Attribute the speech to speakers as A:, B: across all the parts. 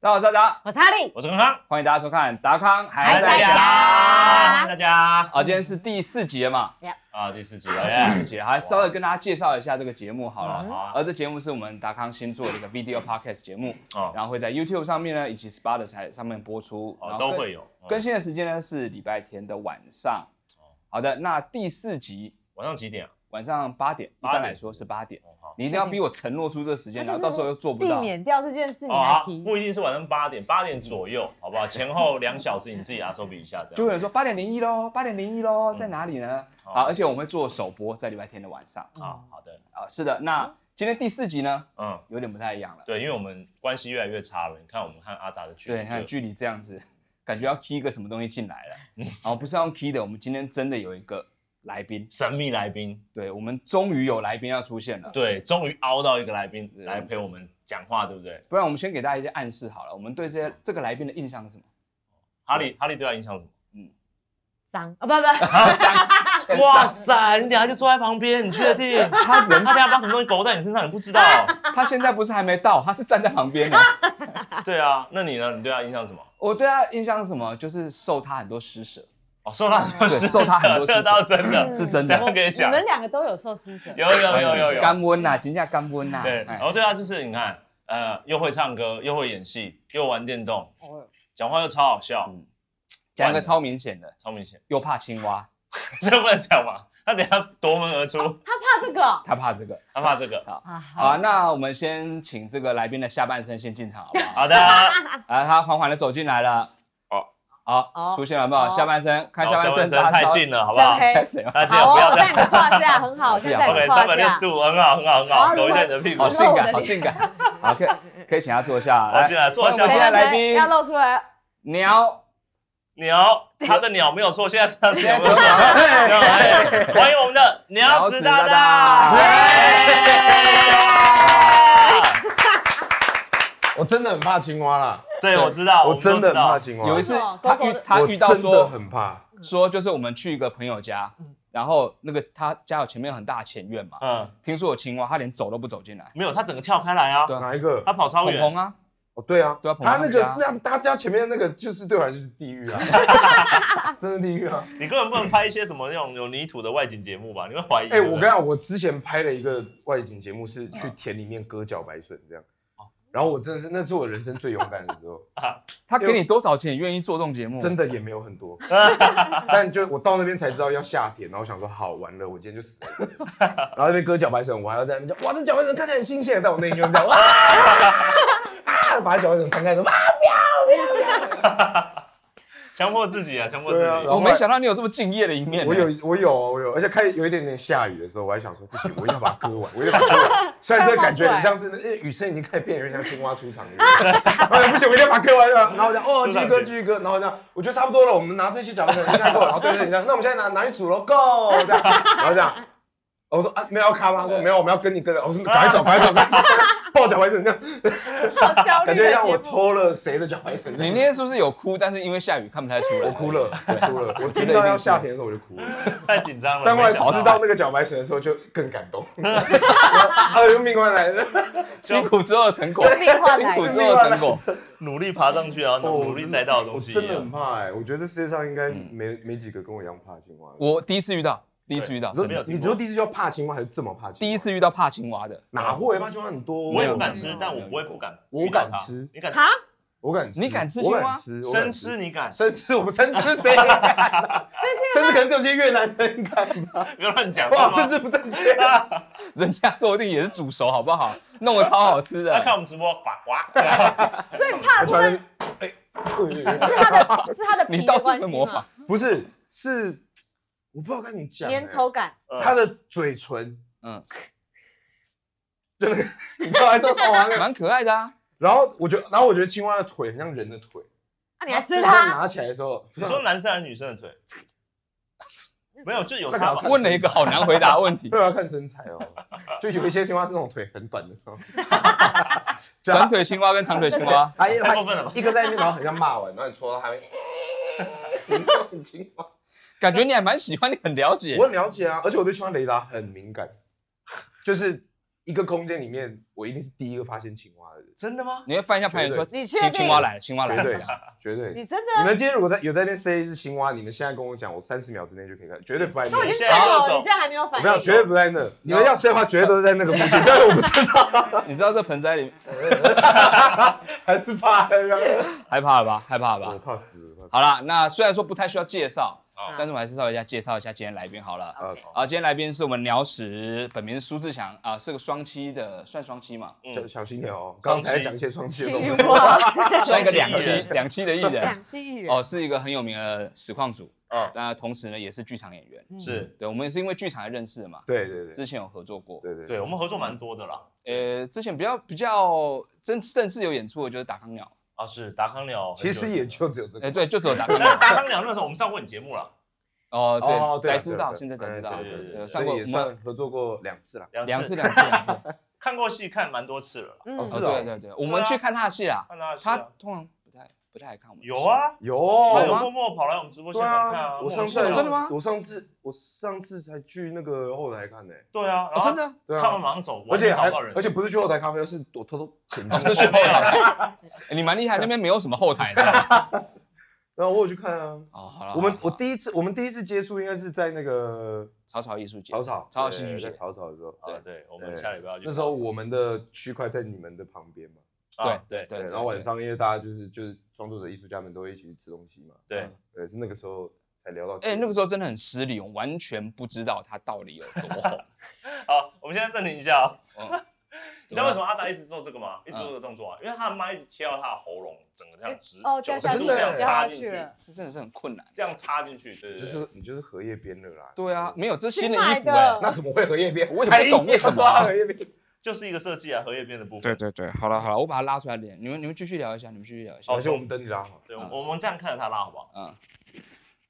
A: 大家好，我是阿达，
B: 我是哈利，
C: 我是康康，
A: 欢迎大家收看《达康还在
B: 还在
A: 家》
B: 家
C: 欢迎大家
A: 啊，今天是第四集了嘛？
C: 啊，第四集了耶！
A: 姐，还稍微跟大家介绍一下这个节目好了。
C: 好啊
A: 而这节目是我们达康新做的一个 video podcast 节目，
C: 哦
A: 然后会在 YouTube 上面呢，以及 Spotify 上面播出，然
C: 哦，哦
A: 后
C: 都
A: 更
C: 会有。
A: 更
C: 嗯
A: 新的时间呢是礼拜天的晚上。好的，那第四集
C: 晚上几点啊？
A: 晚上八点，一
C: 八点
A: 般来说是八点。
C: 哦好
A: 你一定要逼我承诺出这个时间，然后到时候又做不
B: 避
A: 到。
B: 免掉这件事，你
C: 哦
B: 来
C: 好
B: 提。
C: 不一定是晚上八点，八点左右，好不好？前后两小时，你自己啊手比一下，这样。
A: 就有人说八点零一喽，八点零一喽，在哪里呢？
C: 好
A: 好，而且我们会做首播，在礼拜天的晚上。
C: 啊，好的，
A: 啊，是的，那今天第四集呢，
C: 嗯，
A: 有点不太一样了。
C: 对，因为我们关系越来越差了，你看我们和阿达的距离
A: 对，
C: 就，
A: 你看距离这样子， 感觉要 key 一个什么东西进来了。
C: 嗯
A: 哦，不是要用 key 的，我们今天真的有一个来宾，
C: 神秘来宾，
A: 对我们终于有来宾要出现了。
C: 对，终于凹到一个来宾来陪我们讲话，对不对？
A: 不然我们先给大家一些暗示好了，我们对这些这个来宾的印象是什么？
C: 哈利，哈利对他影响什么？
B: 脏啊，不不，
A: 这样
C: 哇塞，你等下就坐在旁边，你确定？
A: 他人
C: 他等下把什么东西勾在你身上，你不知道？哦
A: 他现在不是还没到，他是站在旁边的。
C: 对啊，那你呢？你对他影响什么？
A: 我对他印象是什么？就是受他很多施舍，
C: 哦，受到很多
A: 对
C: 施
A: 受他很多
C: 舍
A: 施
C: 这
A: 舍
C: 倒真的，
A: 是真
C: 等
A: 的。哎
C: 一下我跟你
B: 你
C: 讲，
B: 们两个都有受施舍，
C: 有有有有有，
A: 干温呐，金价干温呐。
C: 对，
A: 哎
C: 然后对啊，就是你看，呃，又会唱歌，又会演戏，又玩电动，
B: 哦
C: 讲话又超好
A: 嗯
C: 笑，
A: 讲一个超明显的，
C: 超明显，
A: 又怕青蛙，
C: 这不能讲吧？他等一下夺门 而出，
B: 他怕这个哦
A: 他怕这个。
C: 他怕这个。
B: 啊，
A: 好啊，那我们先请这个来宾的下半身先进场，好不好？
C: 好的，
A: 啊，他缓缓的走进来了。
C: 哦，
A: 好，
B: 哦
A: 出现了没有？
B: 哦
A: 下半身，看
C: 好
A: 下半身，大家
C: 太近了，好不
B: 上
C: 好？
B: 黑
A: 知道。谁吗？
C: 大家
B: 好
C: 不
B: 哦，
C: 要
B: 我
C: 这
B: 在
C: 样
B: 你的胯下，很好，现在你的
C: ，OK，
B: 胯
C: 三百六十
B: 下，
C: 度，很好，很好，很好，
B: 好
C: 抖一下你的屁股
A: 好。性感，
B: 我
A: 好性感。好，可以可以请他坐下
C: 好
A: 来
C: 进。来坐
A: 我
C: 下
A: 们今
B: 谁
A: 天
C: 来。
A: 来宾
B: 要露出来，
A: 鸟，
C: 鸟，他的鸟没有错，现在是他的
A: 现在
C: 鸟没
A: 走
C: 有
A: 鸟
C: 错。
A: 了。
C: 哎欢迎我们的鸟屎大大。
A: 鸟
B: 屎
C: 哎
D: 我真的很怕青蛙啦，
C: 对，啊我知道，
D: 我
C: 们都
D: 真
C: 知
D: 的很
C: 道
D: 怕青蛙。
A: 有一次
B: 哇
A: 他
B: 狗狗
A: 遇
B: 的
A: 他遇到
D: 我真的
A: 说
D: 很怕，
A: 说，就是我们去一个朋友家，然后那个他家有前面有很大的前院嘛，
C: 嗯，
A: 听说有青蛙，他连走都不走进来。
C: 没有，他整个跳开来啊
A: 对，
D: 哪一个
C: 他？跑超
A: 鹏
C: 远。
A: 鹏啊，
D: 哦，对啊，
A: 对啊
D: 他那个
A: 彭彭
D: 那他家前面那个就是对我来说就是 地狱啊，真的地狱啊！
C: 你根本不能拍一些什么那种有泥土的外景节目吧？你会怀疑。
D: 哎，
C: 对
D: 我
C: 不
D: 跟
C: 对
D: 你讲，我之前拍了一个外景节目，是去田里面割茭白笋这样，
A: 哦
D: 然后我真的是那是我人生最勇敢的时候，
A: 他给你多少钱，你愿意做这种节目？
D: 真的也没有很多，但就我到那边才知道要夏天，然后想说好完了，我今天就死在这里。然后那边割茭白笋，我还要在那边讲哇，这茭白笋看起来很新鲜，但我内心就这样哇啊，把茭白笋摊开说哇，
C: 强迫自己啊，强迫自
D: 对啊
C: 己。
D: 然
A: 我
D: 后
A: 没想到你有这么敬业的一 面。
D: 我有，我有，我有，而且开始有一点点下雨的时候，我还想说不行，我一定要把它割完，我一定要把它 割完。虽然这个感觉很像是那因为雨声已经开始变得有点像青蛙出场一样，哎不行，我一定要把它割完了。然后我讲哦，继续割，继续割，然后这样，我觉得差不多了，我们拿这些角色应该够了。然后对对，你这样，那我们现在拿拿去煮了，Go 这样，然后这样。我说啊，没有要卡吗？他说没有，我们要跟你跟的。我说赶快走，赶快走，赶快走，抱脚踝绳这样，
B: 好焦虑
D: 感觉
B: 的
D: 让我
B: 节目。
D: 偷了谁的脚踝绳。
A: 你那天是不是有哭？但是因为下雨看不太出来。
D: 我哭了，我哭了，我听到要夏天的时候我就哭了。
C: 太紧张了。
D: 但后来
C: 没想
D: 吃到那个茭白笋的时候，就更感 动。啊，有命官来了！
A: 辛苦之后的成果，
B: 命换
A: 辛
B: 来
A: 苦
B: 的
A: 之后的成果。
C: 努力爬上去啊，然后努力摘到的东西一
D: 哦我
C: 样。
D: 真的很怕哎、我觉得这世界上应该
C: 嗯
D: 没、没几个跟我一样怕青蛙的。
A: 我第一次遇到，第一次遇到，
D: 你说
C: 没有听过
D: 你说第一次就要怕青蛙，还是这么怕青蛙？
A: 第一次遇到怕青蛙的。
D: 哪会怕青蛙很多？
C: 我也不敢吃
A: 有，
C: 但我不会不敢。
D: 我敢吃，
C: 你敢？
B: 哈，
D: 我敢吃，
A: 你敢吃
D: 我
A: 青蛙
D: 敢吃，
C: 生
D: 我敢
C: 吃你敢？
D: 生吃，我们生吃 谁敢啊？生吃可能只有些越南人敢吧。
C: 不要乱讲。
D: 哇，
C: 好
D: 政
C: 吗
D: 治不 正确啊！
A: 人家说不定也是煮熟，好不好？弄得超好吃
C: 他
A: 的。
C: 看我们直播，哇哇！
B: 所以怕的部
D: 我突然
B: 分
D: 间哎，对
B: 是
D: 对对
B: 他的，是他的
A: 你
B: 皮
A: 倒
B: 的
A: 是
B: 关啊
A: 会
B: 系
A: 模仿
B: 吗？，
D: 不是是，我不知道该怎么讲、欸。
B: 粘稠感，
C: 嗯呃
D: 他的嘴唇，
A: 嗯
D: 嗯， 真的，你知道还说好玩的。
A: 蛮可爱的啊。
D: 然后我觉得，然后我觉得青蛙的腿很像人的腿，
B: 那啊你还吃
D: 所以
B: 它？
D: 拿起来的时候，
C: 你说男生还是女生的腿？没有，就有差吧。
A: 问了一个好难回答的问题
D: 对，我要看身材哦，就有一些青蛙是那种腿很短的，这
A: 短
D: 样
A: 腿青蛙跟长腿青蛙。
D: 哎呀，
C: 太过分了吧
D: 一个在那边，然后很像骂完，然后你戳到它会，你都很青蛙。
A: 感觉你还蛮喜欢，你很了解
D: 我。很了解啊，而且我对青蛙雷达很敏感，就是一个空间里面，我一定是第一个发现青蛙的人，
C: 真的吗？
A: 你会翻一下牌子说，
D: 绝
B: 你确
A: 青青
B: 定？
A: 蛙来了，青蛙来
D: 绝
A: 了，这
D: 对
A: 样
D: 绝对。
B: 你真
D: 你
B: 的？
D: 们今天如果在有在那边塞一只青蛙，你们现在跟我讲，我三十秒之内就可以看，绝对不在那
B: 那我已经
D: 里。
B: 知道
C: 好
B: 了，你现在还没有
D: 我
B: 反
D: 没有，
B: 应。
D: 绝对不在那。你们要睡的话，绝对都是在那个附近，但是我不是，
A: 你知道这盆栽里
D: 还是怕。
A: 害怕了吧？害怕了
D: 我
A: 吧？
D: 怕死，我怕死。
A: 好啦，那虽然说不太需要介绍
C: 哦，
A: 但是我还是稍微一下介绍一下今天来宾好了。
D: 呃，
A: 啊，今天来宾是我们鸟屎，本名是苏志强啊，是个双栖的，算双栖嘛，
D: 小小心点哦，刚才讲一些双栖的东西。
B: 蛙，
A: 算一个两
C: 双栖艺
A: 栖
C: 人
A: 两栖的艺人
B: 两栖艺人。
A: 哦，是一个很有名的实况组，
C: 嗯，
A: 那同时呢也是剧场演员。
C: 是，
A: 对，我们是因为剧场才认识的嘛，
D: 对对对
A: 之前有合作过。
D: 对嗯对
C: 对我们合作蛮多的啦。
A: 呃，之前比较比较真正式有演出的就是打康鸟，
C: 啊，是达康鸟，
D: 其实也就只有这
A: 哎，
D: 个。
A: 对，就只有打康 鸟。
C: 达康鸟那时候我们上过你节目了，
A: 哦，对，
D: 对啊
A: 才知道，
D: 对啊
A: 现在才知道，
C: 对对对
A: 对，
C: 对
A: 上
D: 所
A: 过
D: 以也
A: 我们
D: 算合作过两次了。
A: 两
C: 两
A: 次
C: 次，
A: 两次两次。
C: 看过戏看蛮多次了，
D: 哦
B: 嗯
D: 是
A: 哦，
D: 啊
A: 对对对，我们去看他的戏啦，
C: 看他的戏
A: 他
C: 啊
A: 通常不太不太爱看我们。
C: 有，啊，
D: 有
C: 他有
A: 吗
C: 默默跑来我们直播现
D: 哦对
C: 场看啊
D: 啊，
C: 默
D: 我
C: 默
D: 上次
A: 哦
C: 看啊
A: 真的吗
D: 我上次我上次才去那个后台看呢。
C: 对啊，
A: 哦，
C: 然后
A: 真的 啊。
D: 对
C: 看完
D: 啊，
C: 马上走，
D: 而
C: 完
D: 且
C: 全
D: 还
C: 找不到人，
D: 而且不是去后台咖啡，是我偷偷潜进
A: 哦是 去
D: 去。
A: 后台，欸你蛮厉害，那边没有什么后台 的。
D: 然后我有去看啊。
A: 哦，好了，
D: 我们
A: 好
D: 我
A: 了
D: 第一次我们第一次接触应该是在那个
A: 草草艺术节，
D: 草草
A: 草草戏剧
D: 对
A: 节
D: 在，草草的时候，
C: 啊对，我们下礼拜要去
D: 那时候我们的区块在你们的旁边嘛，
C: 啊
A: 对
C: 对
A: 对
D: 对，然后晚上因为大家就是就是创作者艺术家们都会一起去吃东西嘛，
C: 对
D: 对，是那个时候才聊到，
A: 哎、那个
D: 时
A: 时候真的很失礼，我完全不知道他到底有多 红。
C: 好，我们现在暂停一下哦。
A: 嗯
C: 你知道为什？
A: 对吧
C: 么阿达一直做这个吗？一直做这个动作啊，因为他的麦一直贴到他的喉咙，整个这样直，
B: 哦，
C: 九
B: 掉
C: 十
B: 下
D: 真
B: 去，
C: 度
D: 的
C: 这
B: 掉
C: 样
B: 下
C: 插进
B: 去
C: 去，
B: 了，
A: 这真的是很困难。啊
C: 这样插进去，对对
D: 候就
C: 对。
D: 是你就是荷叶边的啦，
A: 对啊，，没有这是新的
B: 新
A: 衣
B: 买
A: 服
B: 的
A: 哎、
D: 那怎么会荷叶边？我
A: 也不懂为什么啊
D: 哎你也说它荷叶边，
C: 就是一个设计啊，荷叶边的部
A: 对
C: 分。
A: 对对，好了好了，我把它拉出来点。你们你们继续聊一下，你们继续聊一下。
D: 好，就我们等你啦，好
C: 对，我我们这样看着他拉，好不好？
A: 嗯，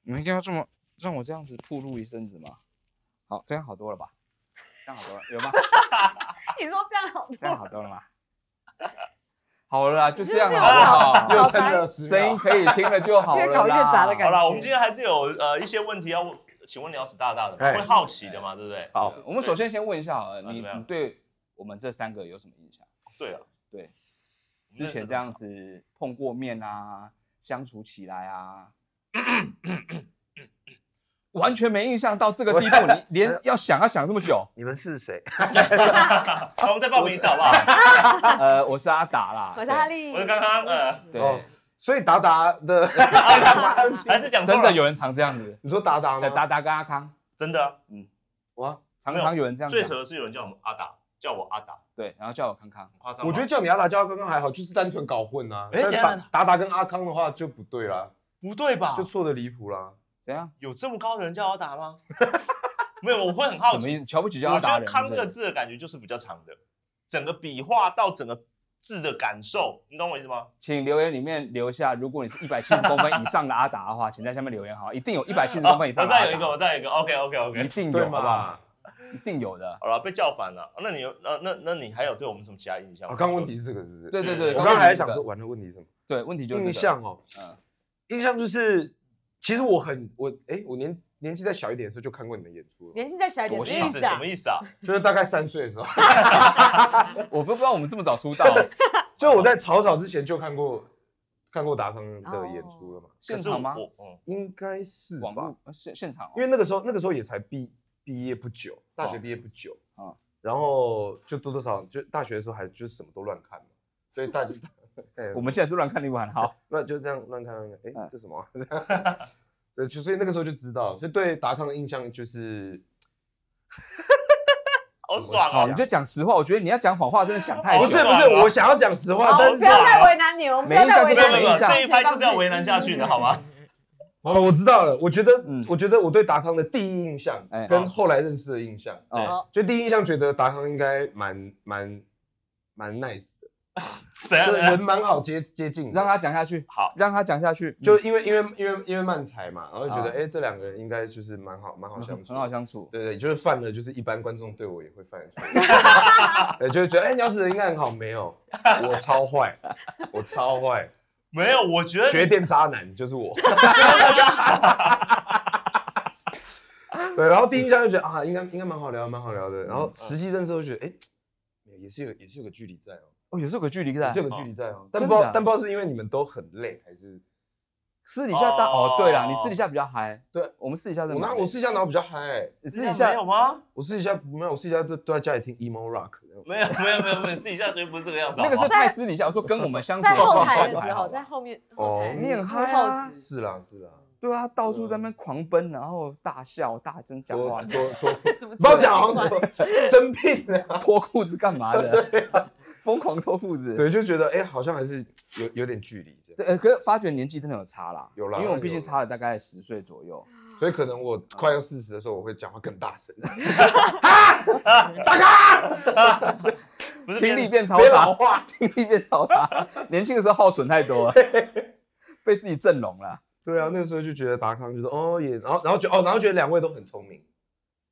A: 你们要这么让我这样子铺路一阵子吗？好，这样好多了吧？这样好多了，有吗？
B: 你说这样好
A: 这样
B: 多，
A: 好多了吗？ 好了啦，就这样
B: 你
A: 好
B: 觉得没有
A: 不好？
D: 又
B: 好
D: 撑了十
A: 声音
D: 秒，
A: 可以听了就好了啦。
B: 越搞越杂的感觉
C: 好了，我们今天还是有呃一些问题要问，请问鸟屎大大的嘛，
D: 哎
C: 会好奇的嘛，对不对？
D: 好，。
A: 我们首先先问一下好了，
C: 啊
A: 你
C: 怎么样
A: 你对我们这三个有什么印象？
C: 对啊，
A: 对，之前这样子碰过面啊，相处起来 啊，完全没印象到这个地步，你连要想要想这么 久
D: 你们是谁？
C: 好，我们再报名一 次好不好？
A: 呃，我是阿达啦，
B: 我是哈利，
C: 我是刚刚呃，
A: 对。
D: 哦
A: 对，
D: 所以达达的，
C: 还是讲错
A: 真的
C: 了，
A: 有人常这样子，
D: 你说达达吗？
A: 呃达达跟阿康，
C: 真的啊。
D: 哇，
A: 常常有人这样
C: 最
A: 讲，
C: 扯的是有人叫我们阿达，叫我阿达，
A: 对，然后叫我康康，
C: 很夸张吗。
D: 我觉得叫你阿达叫刚刚还好，就是单纯搞混啊。
C: 哎
D: 但
C: 等一下
D: 达达达跟阿康的话就不对啦，
C: 不对吧？
D: 就错的离谱啦。
A: 怎样？
C: 有这么高的人叫阿达吗？ 没有，我会很好
A: 什
C: 奇
A: 么。意思？瞧不起就要
C: 我
A: 打
C: 觉得
A: 人？
C: 康这
A: 对
C: 个字的感觉就是比较长的，整个笔画到整个字的感受，你懂我意思吗？
A: 请留言里面留下，如果你是一百七十公分以上的阿 达的话，请在下面留言哈，一定有一百七十公分以上
C: 啊我
A: 的阿达。
C: 再有一个，我再有一个，OK OK
A: 一
C: OK。
A: 定有，
D: 对
A: 好不好？
D: 嘛？啊
A: 一定有的。
C: 好了，被叫反了。那你有那那那你还有对我们什么其他印象
D: 我
C: 吗？
D: 啊刚刚问题是这个是不是？
A: 对对对，
D: 我刚才还想
A: 问
D: 说，
A: 题
D: 玩的问题是什么？
A: 这个，对，问题就是
D: 印
A: 这个。
D: 象哦，
A: 嗯
D: 印象就是，其实我很我哎、我年年纪再小一点的时候就看过你们演出了，
B: 年纪再小一
C: 什
B: 点
C: 么
B: 的
C: 意
B: 意
C: 思？
B: 思
C: 什
B: 啊
C: 么？意思啊？
D: 就是大概三岁的时 候，
A: 我不知道我们这么早 出道，
D: 就我在草草之前就看过看过达康的演出了嘛，
A: 现场吗
C: 可？是我嗯，
D: 应该是
A: 哦网
D: 吧
A: 络？呃现现场哦，
D: 因为那个时候那个时候也才毕毕业不久，大学毕业不久啊，
A: 哦
D: 然后就多多少少就大学的时候还就是什么都乱看嘛，所以大家。 哎
A: 我们现在是乱看另外好，
D: 乱就这样乱看乱看，哎、
A: 嗯
D: 这什么啊、 对，就所以那个时候就知道，所以对达康的印象就是
C: 好爽
A: 好，
C: 啊！
A: 你就讲实话。我觉得你要讲谎话真的想太久
C: 好
D: 哦不
A: 了。
D: 是不
C: 爽
D: 是，
C: 啊
D: 我想要讲实话，
B: 好，我
D: 但
B: 们
D: 是
B: 不要再为难你了，我们不要再为
A: 没印象就是
B: 难
A: 没
B: 你
A: 印象
B: 了。
C: 这一拍就是要为难下去的，好吗？
D: 好了，哦我知道了。我觉得
A: 嗯，
D: 我觉得我对达康的第一印象
A: 哎
D: 跟后来认识的印象，
A: 哦
C: 对，
D: 就第一印象觉得达康应该蛮蛮蛮 nice 的，
C: 怎样
D: 就
C: 怎
D: 是
C: 样
D: 人蛮好接接近的，
A: 让他讲下去，
C: 好，
A: 让他讲下去，
D: 就
A: 嗯
D: 因为因为因为因为漫才嘛，然后就觉得
A: 啊
D: 哎这两个人应该就是蛮好蛮好相
A: 很
D: 处，
A: 好相处。
D: 对对，就是犯了，就是一般观众对我也会犯的错误， 对，就是觉得哎、你鸟屎人应该很好，没有，我超坏，我超坏，
C: 没有，我觉得
D: 学电渣男就 是我。对，然后第一印象就觉得啊，应该应该蛮好聊，蛮好聊的。然后实际认识后就觉得，哎、也是有也是有个距离在哦，
A: 哦，也是有个距离
D: 也
A: 在
D: 是。有个距离在哦。但
A: 真
D: 不知
A: 假
D: 道但不知道是因为你们都很累，还是
A: 私底下大哦
C: 哦，
A: 对啦，你私底下比较嗨。
D: 对，
A: 我们私底下真的
D: 我拿
A: 蛮累。
D: 我私底下拿我比较嗨，
A: 你私
C: 私底
A: 底
C: 下
A: 下
C: 没有吗？
D: 我私底下没有，我私底下都都在家里听 emo rock。
C: 没有没有没有没有，私底下绝对不是这个样子。
A: 那个
C: 好
A: 是
C: 不好
A: 太私底下，我说跟我们相处
B: 啊在后
A: 状
B: 台
A: 况
B: 的
A: 还
B: 时
A: 好
B: 候，在后面后
D: 哦
B: 台，
A: 你很嗨
B: 后
A: 啊！
B: 时
D: 是啦是啦，
A: 对啊，到处在那边狂奔，然后大笑、大声讲
D: 多
A: 话，
D: 多多，
B: 怎么
D: 不要讲好像什么生病了。
A: 脱裤子干嘛的？
D: 啊
A: 疯狂脱裤子。
D: 对，就觉得哎、好像还是有有点距离 这样，
A: 对，呃，可是发觉年纪真的有差啦，
D: 有啦
A: 因为我们毕
D: 有
A: 竟
D: 啦
A: 差了大概十岁左右。
D: 所以可能我快要四十的时候，我会讲话更大声，
C: 不
A: 听
C: 是变
A: 力变超
D: 别
A: 差，
D: 老话。
A: 听力变超差。年轻的时候耗损太多了， 被自己震聋了。
D: 对啊，那个时候就觉得达康就是哦也，然后然后觉得哦，然后觉得两位都很聪明。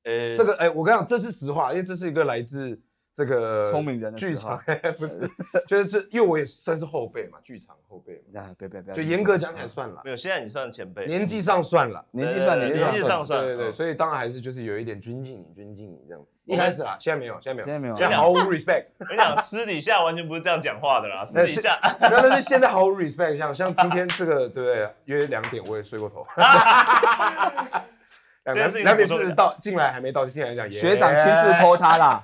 C: 呃
D: 这个哎、我跟你讲，这是实话，因为这是一个来自这个
A: 聪明人的
D: 剧
A: 实话
D: 场， 不是，就是这，因为我也算是后辈嘛，剧场后辈嘛，
A: 啊，别别别，
D: 就严格讲起来呃算了
C: 没，有，现在你算前辈，
D: 年纪上算了。
A: 年纪算
C: 对
A: 年纪
C: 对对
A: 算
C: 年纪上算，
D: 对对对，
C: 嗯
D: 所以当然还是就是有一点尊敬你，尊敬你这样。
C: 我
D: 一
C: 们
D: 开始啦，现在没有，现在没有，
A: 现在没有
D: 现在毫无 respect。
C: 我跟你讲，私底下完全不是这样讲话的啦。私
D: 那
C: 底
D: 是
C: 下，
D: 没有，但是现在毫无 respect，像像今天这个，对不对？约两点我也睡 过头，
C: 这件事情
D: 难免
C: 不重
D: 是
C: 要
D: 到进来还没到，进来讲
A: 学长亲自，
D: 耶
A: 抠他啦，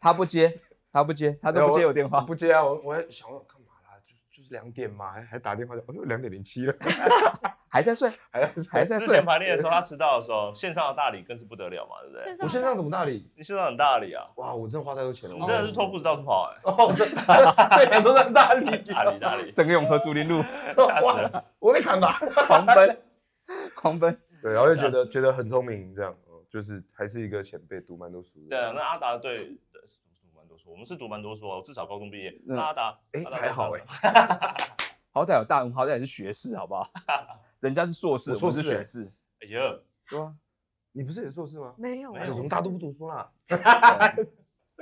A: 他不接，他不接，他都不接我电
D: 我
A: 话。
D: 不接啊，我我还想我干嘛啦？就就是两点嘛，还还打电话讲，哦呦两点零七了，
A: 还在睡，
D: 还
A: 还
D: 还
A: 在
C: 之
A: 睡
C: 前。排练的时候，他迟到的时候，线上的大理更是不得了嘛，对不对？
B: 候
D: 我线上怎么大理？
C: 你线上很大理啊，
D: 哇，我真的花太多钱了，
C: 你真的是脱裤子到处跑哎，
D: 哦，对对，还说在大理，
C: 大理大 理，
A: 整个永和竹林路
C: 吓死
D: 哇
C: 了。
D: 我被砍吧。
A: 狂奔，狂奔。
D: 对，然后就觉得觉得很聪明，这样，哦就是还是一个前辈，读蛮多书的。
C: 对啊，那阿达对对是读蛮多书，我们是读蛮多书哦，至少高中毕业。
A: 嗯
C: 那阿达，
D: 哎
C: 阿达
D: 还好哎，
A: 好歹有大，我们好歹也是学士，好不 好？人家是硕士，
D: 我
A: 我们是
D: 硕士欸
A: 学士。
C: 哎呀，
D: 对啊，你不是也是硕士吗？
B: 没有
C: 没
D: 哎，
C: 有
D: 我们大家都不读书啦。啊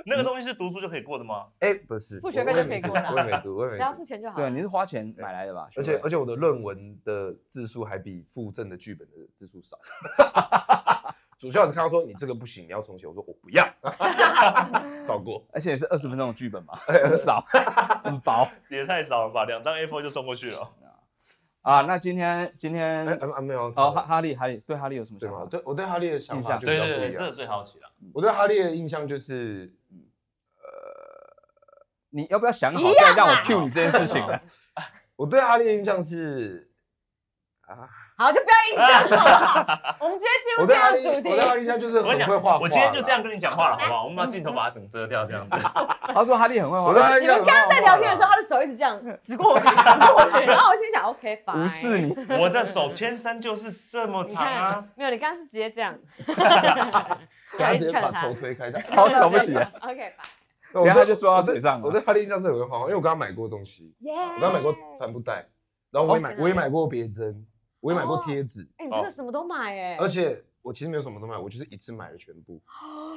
C: 那个东西是读书就可以过的吗？
D: 哎，不是，
B: 付学费
D: 我也
B: 就可以
D: 没
B: 过啦
D: 我也没读，我也
B: 只
D: 没
B: 要
D: 读。
B: 付钱就好。
A: 对啊，你是花钱买来的吧？
D: 而且而
A: 且
D: 且我的论文的字数还比附赠的剧本的字数少。主教老师看到说你这个不行，你要重写。我说我不要，照过。
A: 而且也是二十分钟的剧本 嘛，
D: 哎
A: 很少， 很薄
C: 也太少了吧，两张 A4 就送过去了。
A: 啊。那今天今天
D: 哎，啊啊没有，
A: 哦，哈哈利哈利对哈利有什么
D: 对
A: 想
D: 吗？
A: 法
D: 我？对我对哈利的想
A: 印
D: 法
A: 象
D: 就比
C: 对
D: 较不
C: 对对，
D: 一
C: 这
D: 样。
C: 个最好奇了。
D: 我对哈利的印象就是
A: 你要不要想好
B: 一样
A: 再让我
B: 啊
A: cue 你这件事 情？
D: 我对哈利的印象是啊，
B: 好，就不要硬讲好不好？我们直接进入
D: 我
B: 今
D: 对哈利，
B: 天的主
D: 我
B: 题
D: 对。哈利印象就是
C: 我跟
D: 很
C: 你讲
D: 会画画。，
C: 我今天就这样。跟你讲话了，好不好？我们把镜头把它整遮掉，这样子。
A: 他说哈利很会
D: 我对
A: 画
D: 哈利
B: 你
D: 印
B: 们
D: 象很
B: 刚
D: 会画画
B: 刚在聊天的时候，他的手一直这样指过去，指过去，然后我心想，OK，
A: 画，
B: fine
A: 无视
B: 哎
A: 你。
C: 我的手天生就是这么
B: 你
C: 长啊
B: 看。，没有，你刚刚是直接这样，
D: 他直接把头推开，这样
A: 超瞧不起人
B: OK，吧，
D: 我
A: 等一
D: 对
A: 下就抓到嘴上了
D: 我对我对哈利印象是很会画画，因为我刚刚买过东西，
B: 耶！
D: 我
B: 我
D: 刚买过帆布袋，然后我也买
B: 哦，
D: 我也买过别针，我也买过贴纸，
B: 哎，你真的什么都买哎，
D: 哦而且我其实没有什么都买，我就是一次买了全部，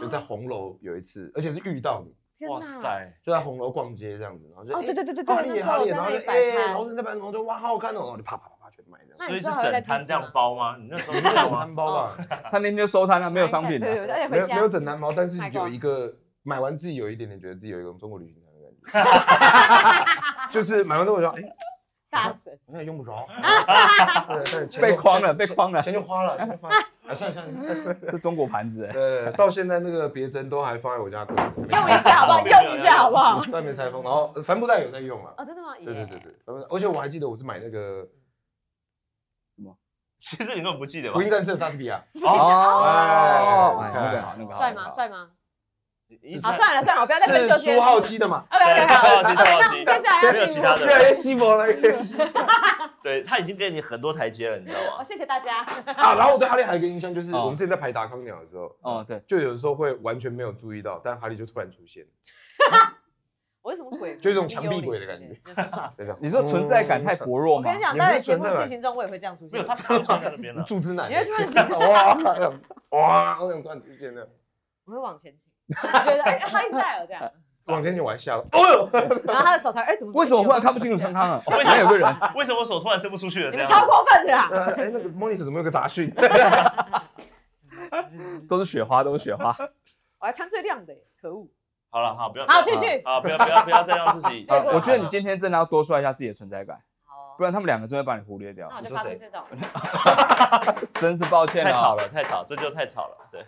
D: 就在红楼有一次，而且是遇到你，
B: 天
C: 哇
B: 哪！
C: 塞，
D: 就在红楼逛街这样子，然后就
B: 哦
D: 哎
B: 对对对对对
D: 哈利
B: 那时候
D: 哈利，
B: 在
D: 然后
B: 那
D: 就
B: 里摆
D: 哎，
B: 摊
D: 然后在那边，然后就哇好好看哦，然后就啪啪啪啪全买这样，
B: 那哦
C: 所以
B: 你
C: 是
B: 知道我在
C: 整
B: 吃什么
C: 摊这样包吗？你那时候
D: 没
C: 没有
D: 有
C: 吗？
D: 摊包啊吧，
A: 他那天就收摊了，没有商品
B: 哎对
A: 了。
B: 对对，而且
D: 没有
B: 回家
D: 没有整 单包，但是
B: 买过
D: 有一个买完自己有一点点觉得自己有一种中国旅行团的感觉， 就是买完之后我就哎，
B: 大神，
D: 我也用不 着，对对钱
A: 被
D: 就
A: 框了，
D: 钱
A: 被框了，
D: 钱就花了，钱就花了，哎，算了算了，
A: 这中国盘子哎。
D: 呃，到现在那个别针都还放在我家柜子里面，
B: 用一下好 不好？用一下好不好？
D: 都还没拆封，然后呃帆布袋有在用啊，
B: 哦，真的吗？
D: 对对对
B: 耶，
D: 对，帆布袋，而且我还记得我是买那个
C: 其实你根本不记得
A: 啊
C: 吧
D: 福？音战士的莎士比亚，
A: 哦，哎
D: 哎
A: 那个好，那个好。
B: 帅
A: 那个
B: 吗？
A: 好
B: 帅吗？
C: 一
B: 好，算了算了，我不要再分究这
D: 是
B: 件事。
D: 朱浩基的嘛，
B: 啊， 不要不
C: 对，
B: 要
C: 是
B: 不
C: 超
B: 要，那我
C: 好奇，超好奇
B: 们接下来要
C: 没有其
B: 进
C: 他
B: 入。
D: 越来越稀薄了，越来越稀薄
C: 对他已经给你很多台阶了，你知道
B: 哦，
C: 吗？
B: 谢谢大家。
D: 啊。然后我对哈利还有一个印象就是，
A: 哦
D: 我们之前在排达康鸟的时候，
A: 哦，对，
D: 就有时候会完全没有注意到，但哈利就突然出现，
B: 我是什么鬼？
D: 就一种墙壁鬼的感觉
B: 觉。爽
D: 就这样
A: 你说存在
B: 嗯
A: 感太薄弱
B: 我
A: 吗
B: 跟你？讲，
D: 也
B: 待
D: 不
B: 会
D: 是
B: 节目
D: 存
B: 进
D: 在吧
B: 行中，我也会这样出现。
C: 没有，他常穿在那边了。
D: 嗯柱之男，
B: 你会突然
D: 间哇哇，我想突然出现的，
B: 我会往前倾，我觉得哎，哈利赛尔这 样，
D: 往前去我还吓到，
B: 哦然后他的手才哎怎么？
A: 为什么忽然看不清楚康康了？哦
C: 为
A: 原
C: 什么
A: 来有个人，
C: 为什么手突然伸不出去了？
B: 你
C: 这
B: 们
C: 样
B: 超过分的啦！
D: 呃哎那个 monitor 怎么有个杂讯？
A: 都是雪花，都是雪花。，
B: 我还穿最亮的耶，可恶！
C: 好了，好，不要，
B: 好继续
C: 啊，好不要不要不要再让自己
A: 呃我觉得你今天真的要多刷一下自己的存在感，
B: 好
A: 不，然他们两个真会把你忽略掉
B: 那。我就
C: 你说
B: 发出
C: 谁
B: 这种，
A: 真是抱歉
C: 太吵
A: 啊！
C: 了，太吵，这就太吵了，对，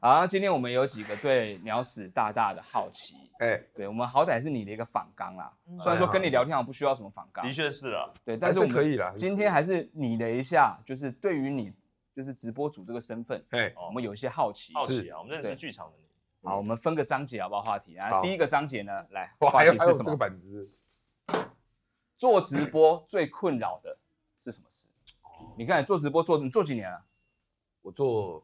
A: 啊，今天我们有几个对鸟屎大大的好奇，
D: 哎，
A: 对我们好歹是你的一个反纲啦
B: 嗯。
A: 虽然说跟你聊天好像不需要什么反纲，
C: 的确是了，
A: 对，
D: 还
A: 但是
D: 是
A: 我
D: 可
A: 们
D: 以啦。
A: 今天还是拟了一下，就是对于你就是直播主这个身份，
D: 哎，
A: 我们有一些好奇。
C: 好
D: 是
C: 奇啊，我们认识
A: 对
C: 剧场的你，
A: 好，我们分个章节好不好？话题啊，
D: 好
A: 第一个章节呢，来，
D: 我
A: 话
D: 还有
A: 题
D: 还
A: 是
D: 有
A: 什
D: 这个
A: 么？
D: 板子是，
A: 做直播最困扰的是什么事？你看你做直播做你做几年了？
D: 我做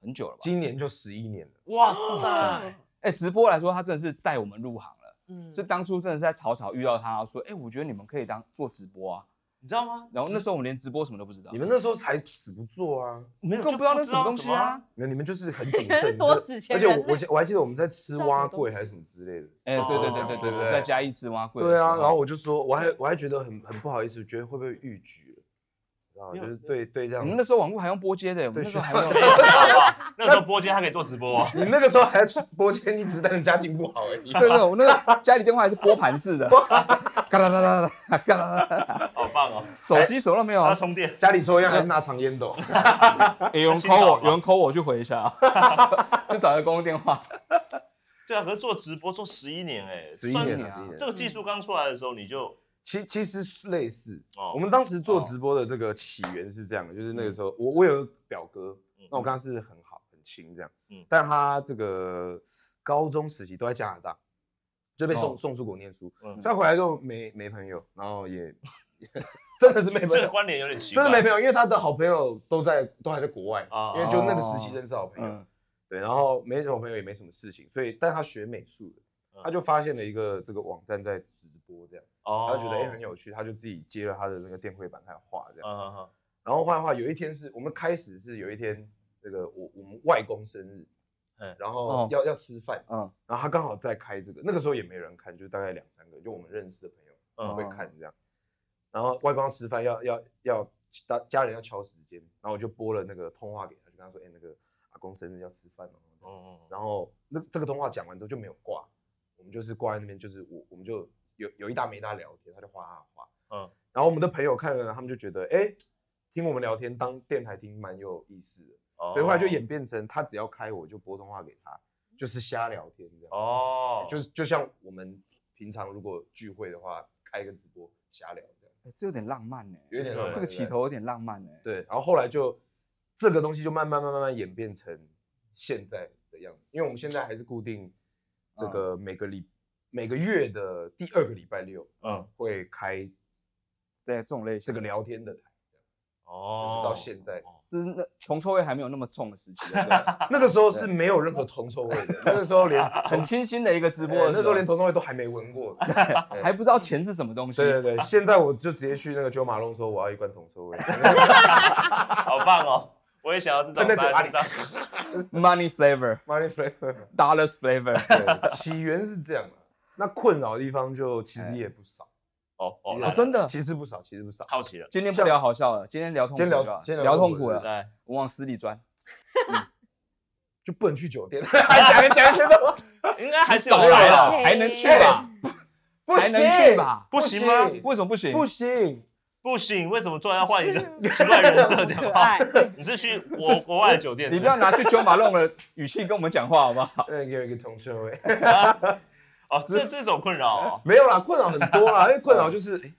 A: 很久了吧？
D: 今年就十一年了。
C: 哇塞，
A: 哎、直播来说，他真的是带我们入行了。
B: 嗯，
A: 是当初真的是在草草遇到他，说，哎、我觉得你们可以当做直播啊。
C: 你知道吗？
A: 然后那时候我们连直播什么都不知道，
D: 你们那时候才死不做啊？
C: 没有
A: 根本不知道那是什么东西。
C: 就
A: 啊。
D: 没有，你们就是很谨
B: 你们
D: 慎，
B: 是 多
D: 就
B: 死前
D: 而且
B: 人
D: 我我记我还记得我们在吃
B: 知道什么
D: 蛙
B: 东
D: 桂
B: 西
D: 还是什么之类的。
A: 哎、对对对
C: 哦
A: 对
D: 对
A: 对
D: 对
A: 对，再加一只蛙贵。
D: 对啊，然后我就说，我还我还觉得很很不好意思，觉得会不会逾矩了，知道吗？
C: 没有
D: 就是对对这样
A: 我。们那时候网络还用拨接的，我们那时候还
D: 啊
A: 用。
C: 不 知道吧那时候播间他可以做直播啊，
D: 你那个时候还播间，你只是单纯家境不好而已。
A: 对对，我那个家里电话还是拨盘式 的， 嘎啦啦啦啦，嘎啦啦啦，
C: 好棒 哦！
A: 手机什么都没有
C: 他
A: 啊。
C: 充电，
D: 家里抽烟还是拿长烟斗，
A: 哎有人
C: 清扫
A: call 我，
C: 吧
A: 有人 call 我去回一下 啊，就找一个公用电话。
C: 对啊，可是做直播做十一年哎，
D: 十一
C: 算是
D: 年
A: 你
D: 了，
A: 啊
D: 十一年
C: 这
D: 了。
C: 个技术刚出来的时候你就
D: 其其实是类似，
C: 哦嗯
D: 我们当时做直播的这个起源是这样的，就是那个时候我我有个表哥，那我跟他是很好很亲这样
C: 嗯，
D: 但他这个高中时期都在加拿大，就被送
A: 哦
D: 送出国念书，
C: 嗯
D: 再回来就没没朋友，然后也 也真的是没朋
C: 这个
D: 友，
C: 关联有点奇
D: 真的没
C: 怪。
D: 朋友，因为他的好朋友都在都还在国外
C: 啊，
D: 因为就那个时期
A: 哦
D: 认识好朋友，
A: 嗯，
D: 对，然后没什么朋友也没什么事情，所以但他学美术的
C: 嗯，
D: 他就发现了一个这个网站在直播这样，他
C: 哦
D: 就觉得哎很有趣，他就自己接了他的那个电绘板开始画这样，
C: 嗯嗯嗯
D: 然后画一画，有一天是我们开始是有一天那个我我们外公生日
C: 嗯。
D: 然
A: 哦
D: 后要、要吃饭，
A: 嗯
D: 然后他刚好在开这个，那个时候也没人看，就大概两三个，就我们认识的朋友，
C: 嗯
D: 会看这样。然后外公吃饭要要要家家人要敲时间，然后我就拨了那个通话给他，就跟他说，哎、那个阿公生日要吃饭哦。
C: 嗯嗯
D: 然后那这个通话讲完之后就没有挂，我们就是挂在那边，就是我我们就有有一搭没一搭聊天，他就哗哗哗。
C: 嗯，
D: 然后我们的朋友看了，他们就觉得，哎、听我们聊天当电台听蛮有意思的，
C: 哦
D: 所以后来就演变成他只要开我就拨通话给他，就是瞎聊天这样。
C: 哦，
D: 就是就像我们平常如果聚会的话，开一个直播瞎聊这样，
A: 哎这有点浪漫呢，
D: 有点
C: 浪漫
A: 这个起头有点浪漫呢。
D: 对。然后后来就这个东西就慢慢慢慢慢演变成现在的样子，因为我们现在还是固定
C: 嗯
D: 这个每个礼、每个月的第二个礼拜六
C: 嗯
D: 会开
A: 在这种类型，
D: 这个聊天的台，
C: 哦
D: 就是，到现在、
A: 这是那铜臭味还没有那么重的时期，对不对
D: 那个时候是没有任何铜臭味的，那个时候连
A: 很清新的一个直播
D: 哎
A: 的
D: 那时候连 铜臭味都还没闻过。
A: 对还不知道钱啊是什么东西。
D: 对对对，现在我就直接去那个九马龙说我要一罐铜臭 味，
C: 好棒哦！我也想要这种
D: 喷在嘴巴
C: 杀
D: 里
C: 杀
A: Money flavor,
D: money flavor。
A: dollars flavor。
D: 对，起源是这样 的。那困扰的地方就其实也不少，
C: 哦哦，
A: 啊，
C: 来
A: 真的，
D: 其实不少，其实不少。
C: 好奇了，
A: 今天不聊好笑了，今天聊痛苦
D: 今天聊
A: 就好
D: 今天聊
A: 聊
D: 痛
A: 痛
D: 苦
A: 苦了，
C: 来，
A: 我往死里钻。
D: 就不能去酒店， 讲一讲一些什么？
C: 应该还是有
A: 少
C: 来
A: 来
C: 了，
A: 了
B: 嘿
A: 才能去吧？
D: 不
A: 才能去吧？
C: 不行吗
A: 为什么不行？
D: 不行，
C: 不行，为什么突然要换一个奇怪人设讲
B: 可
C: 话
B: 爱？
C: 你是去国国外的酒店？
A: 你不要拿去九马弄的语气跟我们讲话好不好？
D: 那哎有一个铜臭味，
C: 哦，是这种困扰哦。
D: 没有啦，困扰很多啦，因为困扰 就是，哎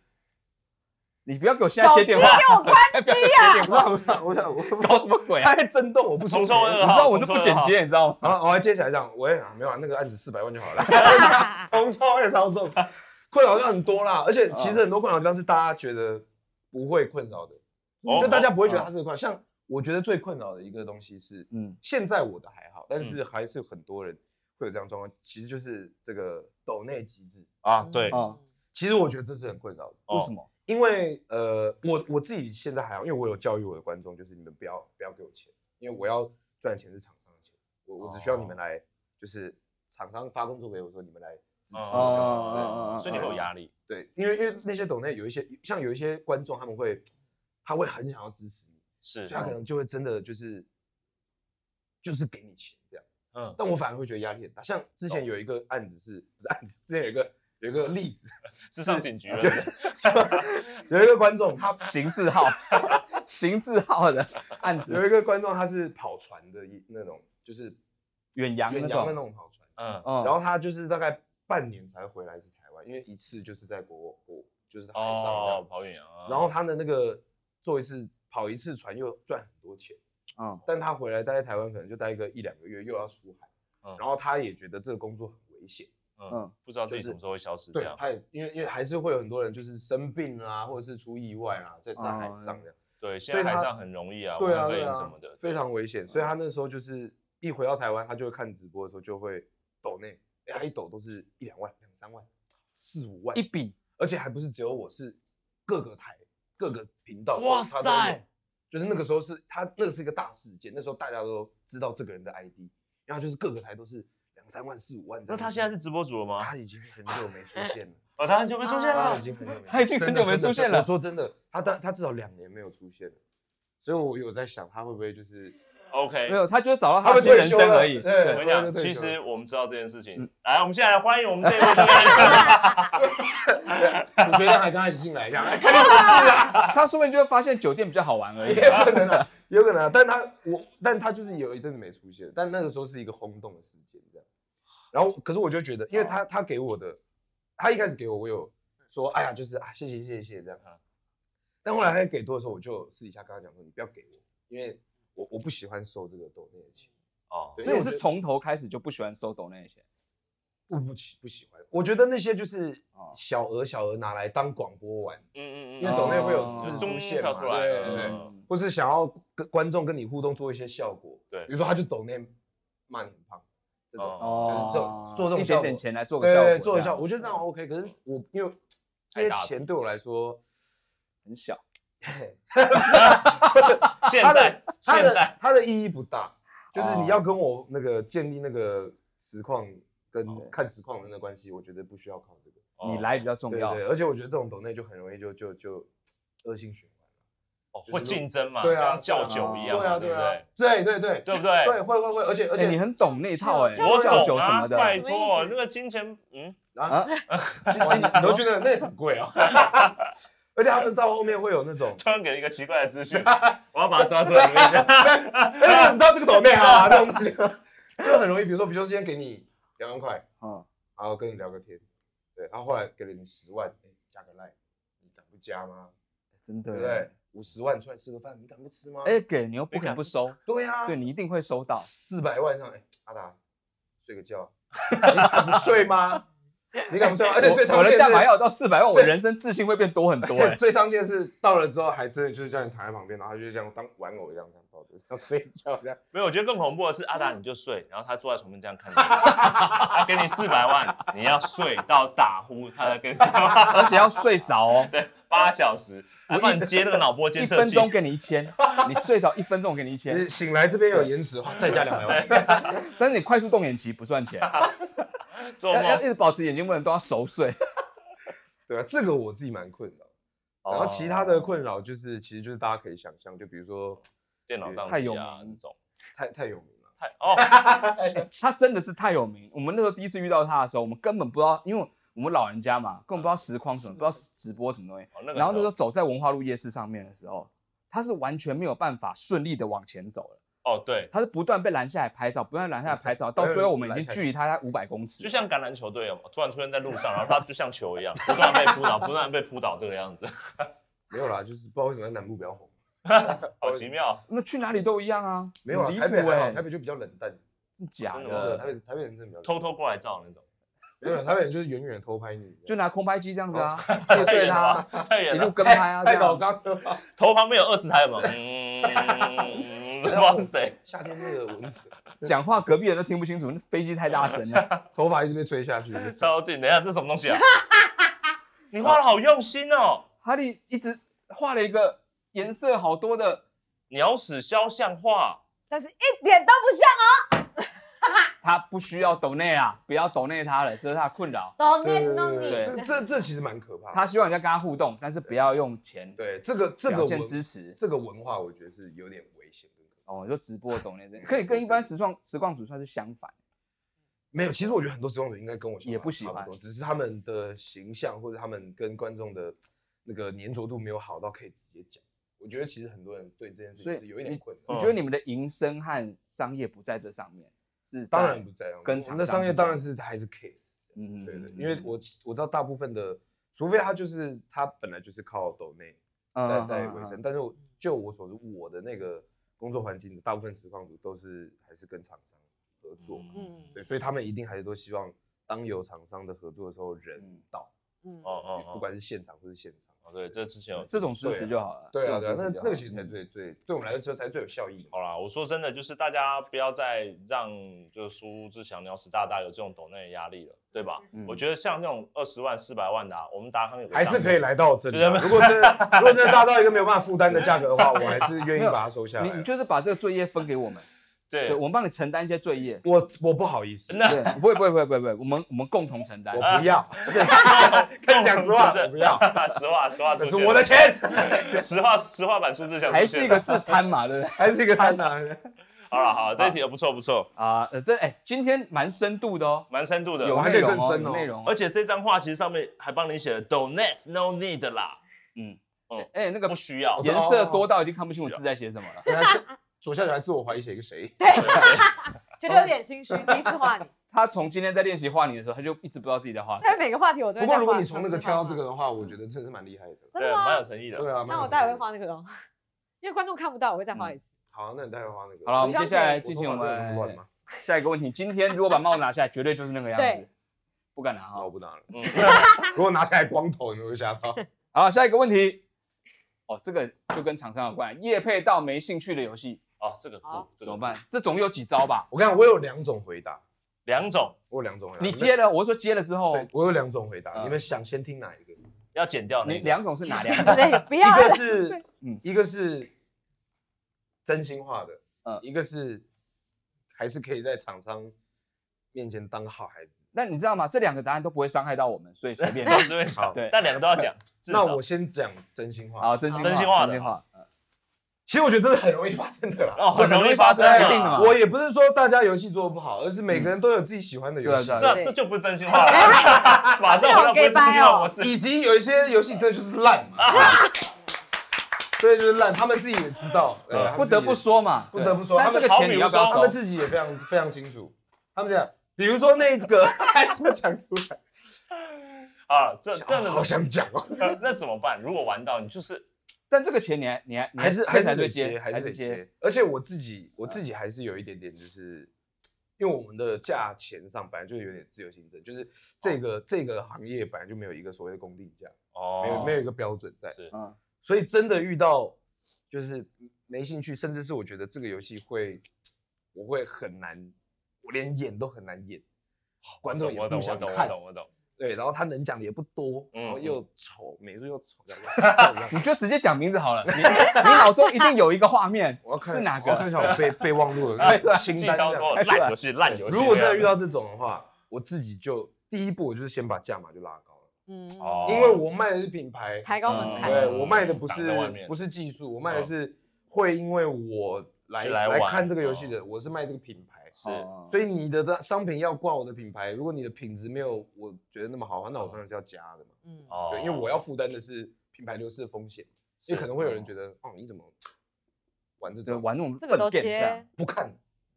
A: 你不要给我现在接电话，
B: 手机给我啊关
A: 机呀！
D: 我想我想我想我
A: 搞什么鬼啊？
D: 他在震动，我不
C: 铜
D: 舒服
C: 臭。味
A: 你
C: 二
A: 知道
C: 号，
A: 我是不剪接，你知道吗？
D: 然后我还接起来讲，喂，啊没有啊，那个案子四百万 就好了， 铜臭味超重，困扰就很多
C: 啊
D: 啦。而且其实很多困扰地方是大家觉得不会困扰的，
C: 哦
D: 就大家不会觉得它是个困扰。像我觉得最困扰的一个东西是，
A: 嗯，
D: 现在我的还好，但
C: 嗯
D: 是还是很多人会有这样状况。其实就是这个抖内机制，
C: 啊，对，
A: 啊，
D: 哦其实我觉得这是很困扰的，
A: 为什么？
D: 因为呃，我我自己现在还好，因为我有教育我的观众，就是你们不要不要给我钱，因为我要赚钱是厂商的钱，我我只需要
A: 哦
D: 你们来，就是厂商发工作给我说你们来支持我就好
A: 哦哦哦
D: 了。
A: 哦哦
C: 所以你会有压力，
D: 对，因为因为那些抖内有一些像有一些观众他们会他会很想要支持你，
C: 是
D: 所以他可能就会真的就是就是给你钱这样。
C: 嗯
D: 但我反而会觉得压力很大。像之前有一个案子是，不是案子，之前有一个有一个例子，
C: 是上警
D: 啊
C: 局了是不是，
D: 有一个观众他
A: 行字号， 行字号的案 子，
D: 有一个观众他是跑船的一那种，就是
A: 远洋
D: 远
A: 那
D: 洋的那
A: 种，
D: 种跑船，
C: 嗯，
A: 嗯
D: 然后他就是大概半年才回来一次台湾，因为一次就是在国国就是海 上这样
C: 哦，跑远洋啊，
D: 然后他的那个做一次跑一次船又赚很多钱，
C: 哦
A: 嗯，
D: 但他回来待在台湾可能就待个一两个月，又要出海，
C: 嗯
D: 然后他也觉得这个工作很危险，
C: 嗯
A: 嗯，
C: 不知道自己
D: 就是
C: 什么时候会消失这
D: 对
C: 样，，
D: 他也因为因为还是会有很多人就是生病啊，或者是出意外啊，在在海
A: 哦
D: 上这样，
C: 对，现
D: 所
C: 在
D: 以他
C: 海上很容易啊，
D: 对啊
C: 无人
D: 对
C: 飞
D: 啊，
C: 什么的，
D: 非常危险，所以他那时候就是一回到台湾，他就会看直播的时候就会抖内，哎，他一抖都是一两万、两三万、四五万
A: 一，笔
D: 而且还不是只有我是各个台各个频道，
C: 哇
D: 他都
C: 塞
D: 有！就是那个时候是他那个是一个大事件，那时候大家都知道这个人的 ID，然后就是各个台都是两三万、四五万这
C: 那
D: 样子。
C: 他现在是直播主了吗？
D: 他已经很久没出现了，
C: 哦，他很久没出现了
B: 啊
D: 他已。经很久没出现了
A: 他已经很久没出现了
D: 真的真的真的我说真的，他他他至少两年没有出现了，所以我有在想他会不会就是。哎
C: OK，
A: 没有，他就是找到
D: 他
A: 他
D: 们
A: 新
D: 退
A: 人
D: 休
A: 生
D: 了
A: 而已。
D: 对
C: 我跟你
D: 对
C: 讲，
D: 对对嗯
C: 其
D: 对
C: 实我们知道这件事情。来，我们现在来欢迎我们这位同学
D: 我觉得还刚开始进来一样， 哎
A: 他说不定就会发现酒店比较好玩而 已
D: 也。有可能啊，也有可能啊。但他我，但他就是有一阵子没出现，但那个时候是一个轰动的事件这样。然后，可是我就觉得，因为他他给我的，他一开始给我，我有说，哎呀，就是啊，谢谢谢谢谢谢这样
C: 嗯。
D: 但后来他给多的时候，我就私底下跟他讲说，你不要给我，因为我我不喜欢收这个抖内的钱，
C: 哦，
D: 对
A: 所以
D: 因
A: 你
D: 为我
A: 是
D: 觉得
A: 从头开始就不喜欢收抖那些钱，
D: 我不喜不喜欢。我觉得那些就是
A: 哦
D: 小额小额拿来当广播玩，
C: 嗯嗯嗯，
D: 因为抖内会有
A: 哦
D: 字
C: 咚
D: 出现嘛，
C: 跳出来
D: 对对对。
C: 嗯
D: 或是想要跟观众跟你互动做一些效果，
C: 对
D: 比如说他就抖内骂你很胖这种，
A: 哦，
D: 就是这种做这种
A: 一
D: 效
A: 点
D: 果
A: 点钱来做个
D: 对
A: 效
D: 对
A: 果，
D: 对，做一下，
A: 这样
D: 我觉得这样 OK。可是我因为这
C: 太
D: 些
C: 大了
D: 钱对我来说，
A: 很小。
C: 现
D: 哦他
C: 在
D: 的它
C: 现
D: 的
C: 在
D: 它的意义不大，就是
A: 哦
D: 你要跟我那个建立那个实况跟
A: 哦
D: 看实况的那关系，我觉得不需要靠这个。
C: 哦
A: 你来比较重
D: 对
A: 要哎
D: 对，，而且我觉得这种抖内就很容易就就就恶性循环。
C: 哦会竞争嘛，
D: 对啊
C: 像叫酒一样
D: 对啊
C: 嘛，对
D: 对
C: 不
D: 啊
C: 对？，
D: 对对对
C: 对不对
D: 对会会会，而且而
A: 而
D: 且
A: 且你很懂那一套哎，
B: 我
A: 叫
C: 我
A: 酒
C: 懂
A: 什
C: 啊，
A: 么的，
C: 拜
B: 什么
C: 托
B: 意，思
C: 那个金钱，嗯，
D: 啊
A: 啊，
D: 你都觉得那很贵哦， 而且他们到后面会有那种，
C: 突然给了一个奇怪的资 讯，我要把它抓出来。你们一下
D: 哎，你知道这个抖内 啊，这种东西就很容易，比如说，比如说今天给你两万块，
A: 嗯，
D: 然后跟你聊个天，对，然后后来给了你十万，哎，加个 line，你敢不加吗？
A: 真
D: 对
A: 的
D: 不对？？五十万出来吃个饭，你敢不吃吗？
A: 哎，，给你又不肯不收，
D: 对呀，
A: 对你一定会收到。
D: 四百万上，哎，阿达，睡个觉， 你敢不睡吗？你敢不睡吗？而且
A: 我
D: 最常
A: 我
D: 见
A: 的
D: 是
A: 价码要有到四百万，我
D: 最
A: 人生自信会变多很多
D: 对，
A: 哎。
D: 最伤心的是到了之后，还真的就是叫你躺在旁边，然后他就这样当玩偶一样这样抱着，要睡觉这样。
C: 没有，我觉得更恐怖的是阿达你就睡，然后他坐在床边这样看你， 他给你四百万，你要睡到打呼，他才给你四百万。
A: 而且要睡着哦，
C: 八小时，我帮你接那个脑波
A: 一
C: 监测
A: 分
C: 器。
A: 钟给你一千，你睡着一分钟我给你一千，
D: 你醒来这边有延迟的话，再加两百万。
A: 但是你快速动眼期不算钱，
C: 做
A: 要要一
C: 梦。
A: 直保持眼睛不能都要熟睡。
D: 对啊，这个我自己蛮困扰。然
C: 哦
D: 后其他的困扰就是，其实就是大家可以想象，就比如说
C: 电脑宕
A: 太
C: 机
A: 有
C: 啊
A: 名
C: 这种，
D: 太太有名了，
C: 太哦，
A: 他真的是太有名。我们那时候第一次遇到他的时候，我们根本不知道，因为我们老人家嘛，根本不知道实况什么，不知道直播什么东西。
C: 哦那个
A: 然后那
C: 时
A: 时
C: 候
A: 候走在文化路夜市上面的时候，他是完全没有办法顺利的往前走了，
C: 哦对，
A: 他是不断被拦下来拍照，不断拦下来拍照，到最后我们已经距离他大概五百公尺
C: 就。像橄榄球队有没有突然出现在路上，然后他就像球一样，不断被扑倒，不断被扑倒这个样子，
D: 没有啦，就是不知道为什么在南部比较红。
C: 好奇妙。
A: 那去哪里都一样啊，
D: 没有啦，
A: 很离
D: 台北
A: 谱
D: 还好，
A: 哎，
D: 台北就比较冷淡。
A: 真假
C: 真的
D: 真的，
C: 吗
A: 的？
D: 台北台北人真的比较
C: 偷
D: 冷
C: 偷过来照那种，
D: 没有啦，台北人就是远远地偷拍你，
A: 就拿空拍机这样子啊，就对他
C: 吧，太
A: 一
C: 远
A: 路
C: 了。
A: 跟拍啊，这
D: 太搞
A: 样。
D: 纲了吧。
C: 头旁边有二十台有没有？ 嗯，不知道是谁。
D: 夏天那个蚊子，
A: 讲话隔壁人都听不清楚，那飞机太大声 了。
D: 头发一直被吹下去。
C: 超近，等一下这是什么东 西啊？你画的好用心哦，
A: 哈利一直画了一个颜色好多的。
C: 鸟屎肖像画。
B: 但是一点都不像
A: 他不需要抖内啊，不要抖内他了，这是他的困扰。
B: 哦，
D: 对对
B: 弄
D: 对
B: 你
D: 对，这这这其实蛮可怕的。
A: 他希望人家跟他互动，但是不要用钱
D: 对这个这个
A: 表现
D: 文
A: 支持。
D: 这个文化，我觉得是有点危险跟可怕。
A: 哦，就直播抖内这，可以跟一般实况实况主算是相反。
D: 没有，其实我觉得很多使用者应该跟我想法
A: 也不喜欢
D: 差多只是他们的形象或者他们跟观众的那个粘着度没有好到可以直接讲。我觉得其实很多人对这件事
A: 所以
D: 情是有一点困
A: 你
D: 难。
A: 觉得你们的营生和商业不在这上面？是
D: 当
A: 在
D: 然不这样，
A: 跟
D: 我
A: 厂
D: 们的
A: 商
D: 商业
A: 之
D: 当
A: 间
D: 然是还是 case。
A: 嗯嗯
D: 对的
A: 嗯，
D: 因为我我知道大部分的，除非他就是他本来就是靠抖内
A: 嗯
D: 在
A: 嗯
D: 在
A: 嗯
D: 维
A: 嗯
D: 生，但是我就我所知，我的那个工作环境，大部分实况组都是还是跟厂商合作嘛，
B: 嗯
D: 对，所以他们一定还是都希望当有厂商的合作的时候人
A: 嗯
D: 到，
B: 嗯
C: 哦哦哦，
D: 不管是现场或是线上。
C: 哦对，这之前有
A: 这种支持就好了。
D: 对啊，对
A: 这
D: 啊，
A: 种支持
D: 那
A: 就好嗯
D: 那个其实才最最对我们来说才最有 效益嘛。
C: 好啦，我说真的，就是大家不要再让就是苏志祥、鸟屎大大有这种抖内的压力了，对吧？
A: 嗯
C: 我觉得像那种二十万、四百万的、啊，我们达康有个
D: 还是可以
C: 账
D: 来到这里啊、
C: 就
D: 如果真 的如果真的达到一个没有办法负担的价格的话，我还是愿意
A: 没有
D: 把它收下来
A: 你
D: 啊。
A: 你就是把这个作业分给我们，
C: 户对
A: 对，我们帮你承担一些罪业。
D: 我我不好意思，
A: 对， 不会不会不会不会不会，我们我们共同承担。
D: 我 不要。
C: 跟
D: 你讲实话我不要，
C: 实话实话出
D: 这
C: 现，
D: 是我的钱，
C: 实话实话版苏志祥出现
A: 还是一个自贪嘛，对不对？
D: 还是一个 贪婪。
C: 好了好了，这一题也不错不错，
A: 啊，呃，这哎，今天蛮深度的哦，
C: 蛮深度的，
A: 有
D: 还可
A: 内
D: 以
A: 容
D: 更
A: 哦，
D: 深
A: 有
D: 哦
A: 内容哦。
C: 而且这张画其实上面还帮你写了 donate no need 啦，
A: 哎，那个
C: 不需要
D: 我。
A: 颜
B: 哦
A: 色多到已经看不清我字在写什么了。
D: 原来是啊左下角还自我怀疑写一个谁？
B: 觉得有点心虚，第一次画你。
A: 他从今天在练习画你的时候，他就一直不知道自己在画什
B: 但
A: 么。
B: 每个话题我都会
D: 不过
B: 再
D: 如果
B: 画
D: 你从那个跳到这个，的话，我觉得真的是蛮厉害的。
B: 真
C: 对，
B: 的
C: 蛮有
B: 吗？
C: 诚意的。
D: 嗯对啊，蛮
B: 那
D: 有
B: 我待会
D: 趣
B: 会
D: 的。
B: 画那个哦，因为观众看不到，我会再画一次。
D: 好，那你待会画那个。
A: 好了，我
D: 我
A: 们
B: 相
A: 接
B: 信
A: 下来
D: 头
A: 进行我
D: 发真的很乱
A: 们哎
D: 吗？
A: 下一个问题。今天如果把帽子拿下来，绝对就是那个样子
B: 对，
A: 不敢拿
D: 那
A: 哈
D: 我。不拿了。
C: 嗯
D: 如果拿下来光头，你们会吓 到。
A: 好，下一个问题。哦，这个就跟厂商有关，业配到没兴趣的游戏
C: 哦，这个酷
B: 好，
C: 这
A: 怎
C: 个
A: 么
C: 酷
A: 办？这总有几招吧？
D: 我跟你讲，我有两种回答，
C: 两种
D: 我有两种回答。
A: 你
D: 们
A: 接了，我是说接了之后，
D: 啊对，我有两种回答，
A: 嗯
D: 你们想先听哪一个？一
C: 要剪掉那
A: 你
C: 个
A: 两种是哪两
B: 之
A: 种？
B: 类的，不要啊。
D: 个 是
A: 嗯，
D: 一个是真心话的，
A: 嗯
D: 一个是还是可以在厂商面前当好孩子。
A: 那你知道吗？这两个答案都不会伤害到我们，所以随 便。
C: 都是会吵，
A: 对
C: 但两个都要讲。至
D: 那
C: 少
D: 我先讲真心话。
A: 好，真心话，
C: 真心话的
A: 真心话。
D: 其实我觉得真的很容易发生的啦。
C: 哦，很容易发生
A: 这很
C: 啊
A: 容易发生一定的嘛
D: 我也不是说大家游戏做的不好，而是每个人都有自己喜欢的游戏
A: 对啊，对
C: 这
B: 对哎
C: 这就不是真心 话了， 马上回到不是真心
B: 哦
C: 话模式。
D: 以及有一些游戏真的就是烂嘛，对，就是烂，他们自己也知道，对他们
A: 啊不得不说嘛，
D: 不得不说
A: 对但这
D: 他
A: 个
D: 们
A: 钱你要不要
C: 好
D: 自己也，
A: 收
D: 他们？自己也非常非常清楚。他们这样，比如说那个，还真讲出来，
C: 啊，这这样
D: 好
C: 的呃
D: 想讲哦，
C: 那怎么办？如果玩到你就是
A: 但这个钱你还你还你
D: 还是
A: 这
D: 还
A: 才
D: 是
A: 对
D: 得
A: 接，
D: 接，还是得
A: 是接。
D: 接。而且我自己我自己还是有一点点，就是因为我们的价钱上本来就有点自由竞争，就是这个这个行业本来就没有一个所谓的公定价。没有
C: 哦
D: 没有一个标准在，
C: 是
A: 嗯，
D: 所以真的遇到就是没兴趣，甚至是我觉得这个游戏会，我会很难，我连演都很难演，观众也
C: 我懂
D: 不
C: 我
D: 想
C: 懂我
D: 看，
C: 懂我懂，
D: 对，然后他能讲的也不多，
C: 嗯
D: 然后又丑，美术又丑， 这样
A: 你就直接讲名字好了。你 你脑中一定有一个画面
D: 我要，看
A: 是哪
D: 我要看
A: 个？
D: 一下我备备忘 录
A: 哎
D: 的
A: 对
D: 清
C: 记
D: 单
C: 超
D: 这
C: 多
D: 样。
A: 哎
C: 烂游戏烂游戏。
D: 如果真的遇到这种的话，我自己就第一步我就是先把价码就拉高了，
B: 嗯，
C: 哦
D: 因为我卖的是品牌，
B: 抬高门
A: 嗯
B: 槛。
D: 对我卖的不
C: 挡在外面嗯
D: 是不是技术，我卖的是会因为我来
C: 是来玩嗯
D: 看这个游戏的，我是卖这个品牌，
C: 是
A: 哦
D: 所以你的的商品要挂我的品牌，如果你的品质没有我觉得那么好，那我当然是要加的嘛，
B: 嗯，
C: 哦
D: 对，因为我要负担的是品牌流失的风险，因为可能会有人觉
C: 得
D: 得，哦，你怎么玩这
A: 对
D: 种
A: 玩那种
B: 这个都
A: 粪便这样
B: 接。。
D: 不看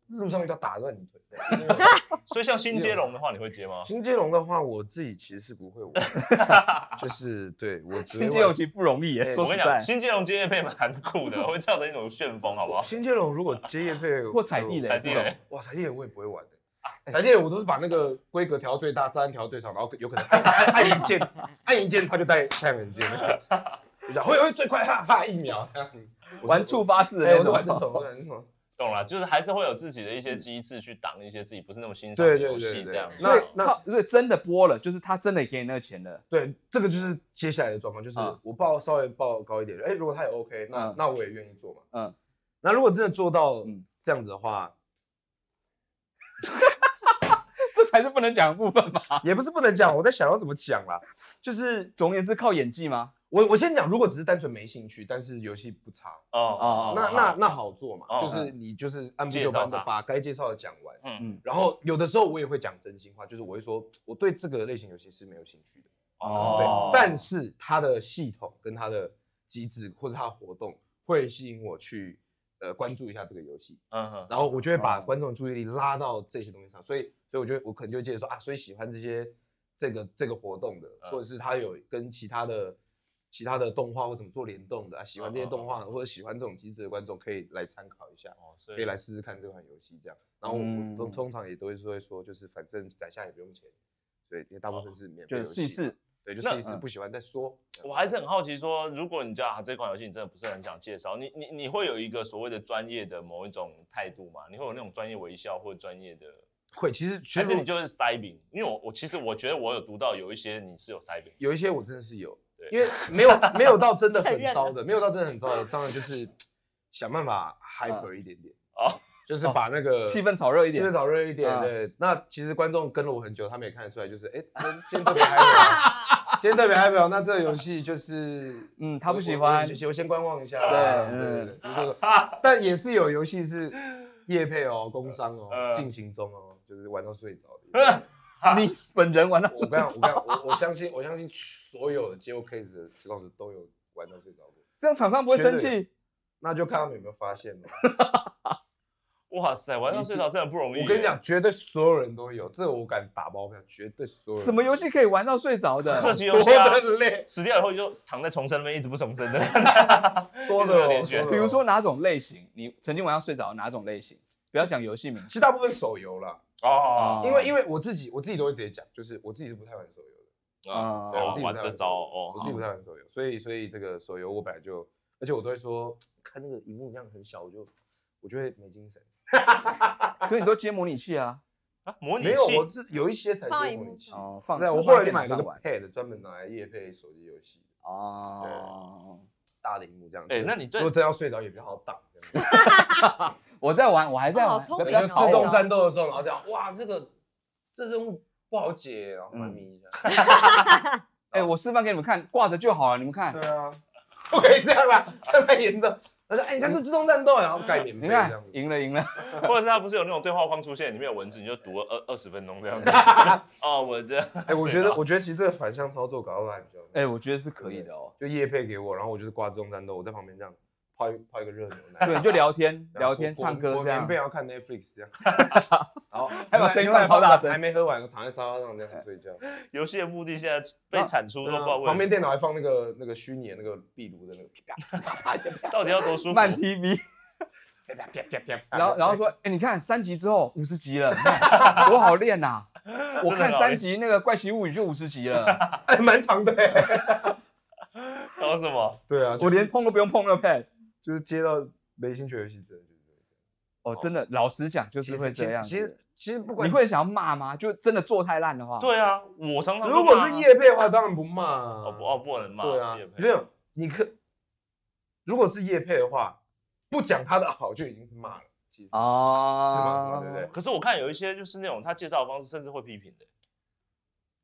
D: 路上遇到打断 你腿？对因为
C: 所以像新接龙的话，你会接吗？
D: 新接龙的话，我自己其实是不会玩， 就是对我只会
A: 新
D: 玩
A: 进勇其实不容易耶，
D: 哎
A: 说
C: 我
A: 实
C: 跟你讲，
A: 在，
C: 新接龙接业配蛮酷的，会造成一种旋风，好不好？
D: 新接龙如果接业配
A: 哦 或踩地雷
C: 踩
A: 这
C: 地
A: 种啊
C: 雷，
D: 哇，台积电我也不会玩的、欸。台积电我都是把那个规格调到最大，炸弹调到最长，然后有可能按按 按一键，按一键它就带太阳能键了。 我讲会会最快，哈哈一秒。
A: 玩触发式的
D: 哎，
A: 那
D: 我是
A: 种
D: 玩这种，我玩这种。
C: 懂了，就是还是会有自己的一些机制去挡一些自己不是那么欣赏的
D: 对对
C: 游
D: 对
C: 戏这样
D: 对。。
A: 所以
D: 那那
A: 靠，所以真的播了，就是他真的给你那个钱了。
D: 对这个就是接下来的状况，就是
A: 嗯
D: 我报稍微报高一点，哎，如果他也 OK，那
A: 嗯
D: 那我也愿意做嘛。
A: 嗯，
D: 那如果真的做到
A: 嗯
D: 这样子的话，
A: 这才是不能讲的部分吧？
D: 也不是不能讲，我在想要怎么讲啦，就是
A: 总而言之，靠演技吗？
D: 我我先讲，如果只是单纯没兴趣，但是游戏不差，
C: 哦，
A: 哦
D: 那那那好做嘛，
C: 哦
D: 就是你就是按部就班的把该介绍的讲完。
C: 嗯
A: 嗯
D: 嗯，然后有的时候我也会讲真心话，就是我会说我对这个类型游戏是没有兴趣的，对，
A: 哦
D: 但是它的系统跟它的机制或者它的活动会吸引我去呃关注一下这个游戏，
C: 嗯哼，
D: 然后我就会把
A: 哦
D: 观众注意力拉到这些东西上，所以所以我觉得我可能就会接着说啊，所以喜欢这些这个这个活动的，
C: 嗯
D: 或者是他有跟其他的其他的动画或怎么做联动的啊，喜欢
A: 嗯
D: 这些动画或者喜欢这种机制的观众可以来参考一下，
C: 哦，所
D: 可以来试试看这款游戏这样。然后我
A: 嗯
D: 我都通常也都会说会说，就是反正宰相也不用钱，所以因为大部分是免费
A: 哦就
D: 游
A: 是
D: 戏
A: 试一
D: 嘛，
A: 试，
D: 对，就
C: 那
D: 试一试，
A: 嗯
D: 不喜欢再说。
C: 我还是很好奇说，如果你知道、啊、这款游戏你真的不是很想介绍，你你你会有一个所谓的专业的某一种态度吗？你会有那种专业微笑或专业的，
D: 会，其实
C: 还
D: 其
C: 是
D: 实
C: 你
D: 我
C: 就是塞饼？因为我我其实我觉得我有读到有一些你是有塞饼，
D: 有一些我真的是有
C: 对，
D: 因为没有没有到真的
B: 承
D: 很
B: 认
D: 糟的，没有到真的很糟的，当然就是想办法 hyper 一点点
C: 哦
D: 就是把那个
A: 气氛炒热一
D: 气
A: 点
D: 氛。炒热一点。
A: 嗯
D: 对，那其实观众跟了我很久，他们也看得出来，就是哎，今天今天特别 hyper，今天特别 hyper，那这个游戏就是。
A: 嗯，他不喜
D: 我
A: 欢
D: 我。我我先观望一下。
A: 对
D: 对对对
A: 嗯，
D: 就是说但也是有游戏是夜配哦，工商哦
C: 呃，
D: 进行中哦，就是玩到睡着的。
A: 你本人 玩到
D: 我跟你讲，我跟你讲，我我相信，我相信所有接过 case 的石老师都有玩到睡着过，
A: 这样，厂商不会生气。
D: 那就看他们有没有发现了。
C: 哇塞，玩到睡着真的不容易。
D: 我跟你，讲，绝对所有人都有，这个我敢打包票，绝对所有人。
A: 什么游戏？可以玩到睡着的？
C: 射击游
D: 多
C: 戏啊，
D: 的累，
C: 死掉以后就躺在床上那边一直不重生的。多
D: 多的
C: 的
D: 哦
C: 连续
D: 多的哦
A: 比如说哪种类型？你曾经玩到睡着的哪种类型？不要讲游戏名
D: 其，实大部分手游啦，
C: 哦
D: 因为因为我自己我自己都会直接讲，就是我自己是不太玩手游的。
A: 啊
D: 对，我
C: 哦
D: 自己不
C: 玩
D: 太
C: 这
D: 玩
C: 招哦
D: 我自己不太玩手游，所以所以这个手游我本来就，而且我都会说，看那个荧幕量很小，我就我就会没精神。
A: 可是你都接模拟器啊。
C: 啊模拟
D: 没有，
C: 器
D: 我自有一些才
B: 放
D: 接
B: 荧
D: 模
B: 幕
D: 拟器。
B: 上
A: 哦，放
D: 对，啊我后来就买
A: 放电
D: 了个
A: 脑玩。
D: Pad，专门拿来夜配手机游戏，
A: 哦，
D: 大的荧幕这样。
C: 哎那你对
D: 如果真要睡着也比较好打，这样。
A: 我在玩，我还在
B: 哦
A: 玩
B: 好，聪
A: 不
B: 明
A: 要
B: 哦
A: 不
D: 然
A: 要
D: 后
A: 吵
D: 自动
A: 我。
D: 战斗的时候，然后这样，哇，这个这任务不好解，然后
A: 嗯
D: 慢眯 一下。
A: 哎，我示范给你们看，挂着就好了，你们看。
D: 对啊，不可以这样啦，太严重。他说，哎，你看这自动战斗，然后盖棉被
A: 你
D: 这样
A: 看
D: 子，。
A: 赢了赢了，
C: 或者是它不是有那种对话框出现，里面有文字，你就读二二十分钟这样 子。哦，我这
D: 哎，我觉
C: 睡
D: 得
C: 着
D: 我觉得其实这个反向操作搞到还比较。
A: 哎，我觉得是可以的哦。
D: 就夜配给我，然后我就是挂自动战斗，我在旁边这样泡一泡一个热牛奶，
A: 对，你就聊天
D: 然后
A: 聊天、
D: 裹
A: 唱歌
D: 裹
A: 这
D: 棉
A: 样
D: 被，然后看 Netflix 这样，然后
A: 还把声音放超大声
D: 还没喝完，躺在沙发上这样睡觉，啊
C: 游戏的目的现在被产出都不知道为什
D: 旁
C: 么
D: 边电脑还放那个那个虚拟的那个壁炉的那个啪啪啪
C: 到底要多 舒服？
A: 慢 TV，
D: 啪啪啪啪啪，
A: 然后然后说，哎，你看三集之后五十集了，你看多好练 呐！我看三集那个《怪奇物语》就五十集 了，
D: 哎蛮长的欸，
C: 搞什 么？
D: 对啊，
A: 我
D: 我连
A: 连碰都不用碰那个 pad。
D: 就是接到没兴趣的游戏真的就是
A: 哦，真的，老实讲就
D: 这
A: 是
D: 样，
A: 会这样子。
D: 其实其实不管
A: 你会想要骂吗？就真的做太烂的话，，
C: 对啊，我常常
D: 如果
C: 都骂
D: 是夜配的话，当然不骂啊
C: 哦不哦不能骂，
D: 对啊
C: 夜，配
D: 没有，你可如果是叶配的话，不讲他的好就已经是骂了，其实、
A: 哦，
D: 是吗？是吗？对不对？？
C: 可是我看有一些就是那种他介绍的方式，甚至会批评的，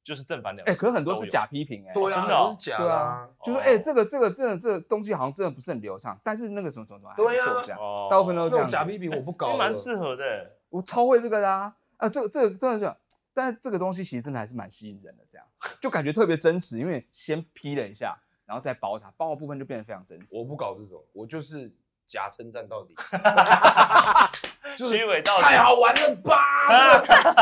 C: 就是正反两。
A: 哎，可是很多是假，批评，哎，
D: 对啊，
C: 真的哦
D: 都是假
A: 对
D: 的、
A: 啊
D: 啊。，
A: 就说
C: 哦
A: 哎，这个这个真的这个东西好像真的不是很流畅，但是那个什么什么什么还不
D: 对啊
A: 错这样，
C: 哦
A: 大部分都
D: 那
A: 是这
D: 种
A: 样
D: 假
A: 子。
D: 批评我不搞
C: 都
D: 了，
C: 蛮适合的。
A: 我超会这个的啊，啊，这个这个真的是，但是这个东西其实真的还是蛮吸引人的，这样就感觉特别真实，因为先批了一下，然后再包它，包的部分就变得非常真实。
D: 我不搞这种，我就是假称赞到底，就是
C: 虚伪到底
D: 太好玩了 吧！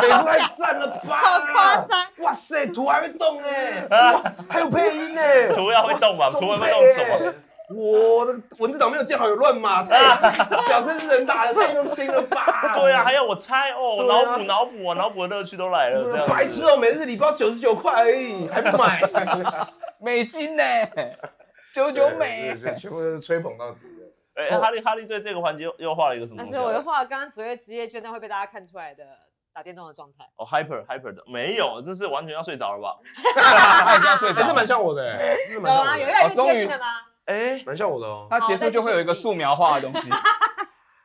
D: 美术太赞了吧！
B: 好夸！张，
D: 哇塞，图还会 动哎、哇还有配音呢、 欸，
C: 图要会动吧？
D: 中
C: 图要会
D: 配
C: 动什么？
D: 欸？我的文字岛没有建好，有乱码， 太表示是人打的，太用心了吧？
C: 对啊，还要我猜哦，我
D: 对啊
C: 脑补脑补啊，脑补的乐趣都来了，这样子
D: 白痴哦，每日礼包九十九块而已，还不买，
A: 美金呢，九九美
D: 对，对对全部都是吹捧到底的。
C: 哎、哈利哈利对这个环节又又画了一个什么
B: 但
C: 东西
B: 是
C: 啊？
B: 我的话，刚刚只会职业倦怠会被大家看出来的打电动的状态。
C: 哦，hyper hyper 的没有，这是完全要睡着了吧？
A: 他这样睡
D: 还是
A: 着
D: 哎蛮。像我的欸，真的
B: 有
D: 蛮像
B: 啊，
D: 我
B: 有
D: 的
B: 越
D: 欸，
B: 来越
A: 哦终于
B: 贴近了吗？
C: 哎、
D: 蛮像我的哦。
A: 它结束就会有一个素描化的东西，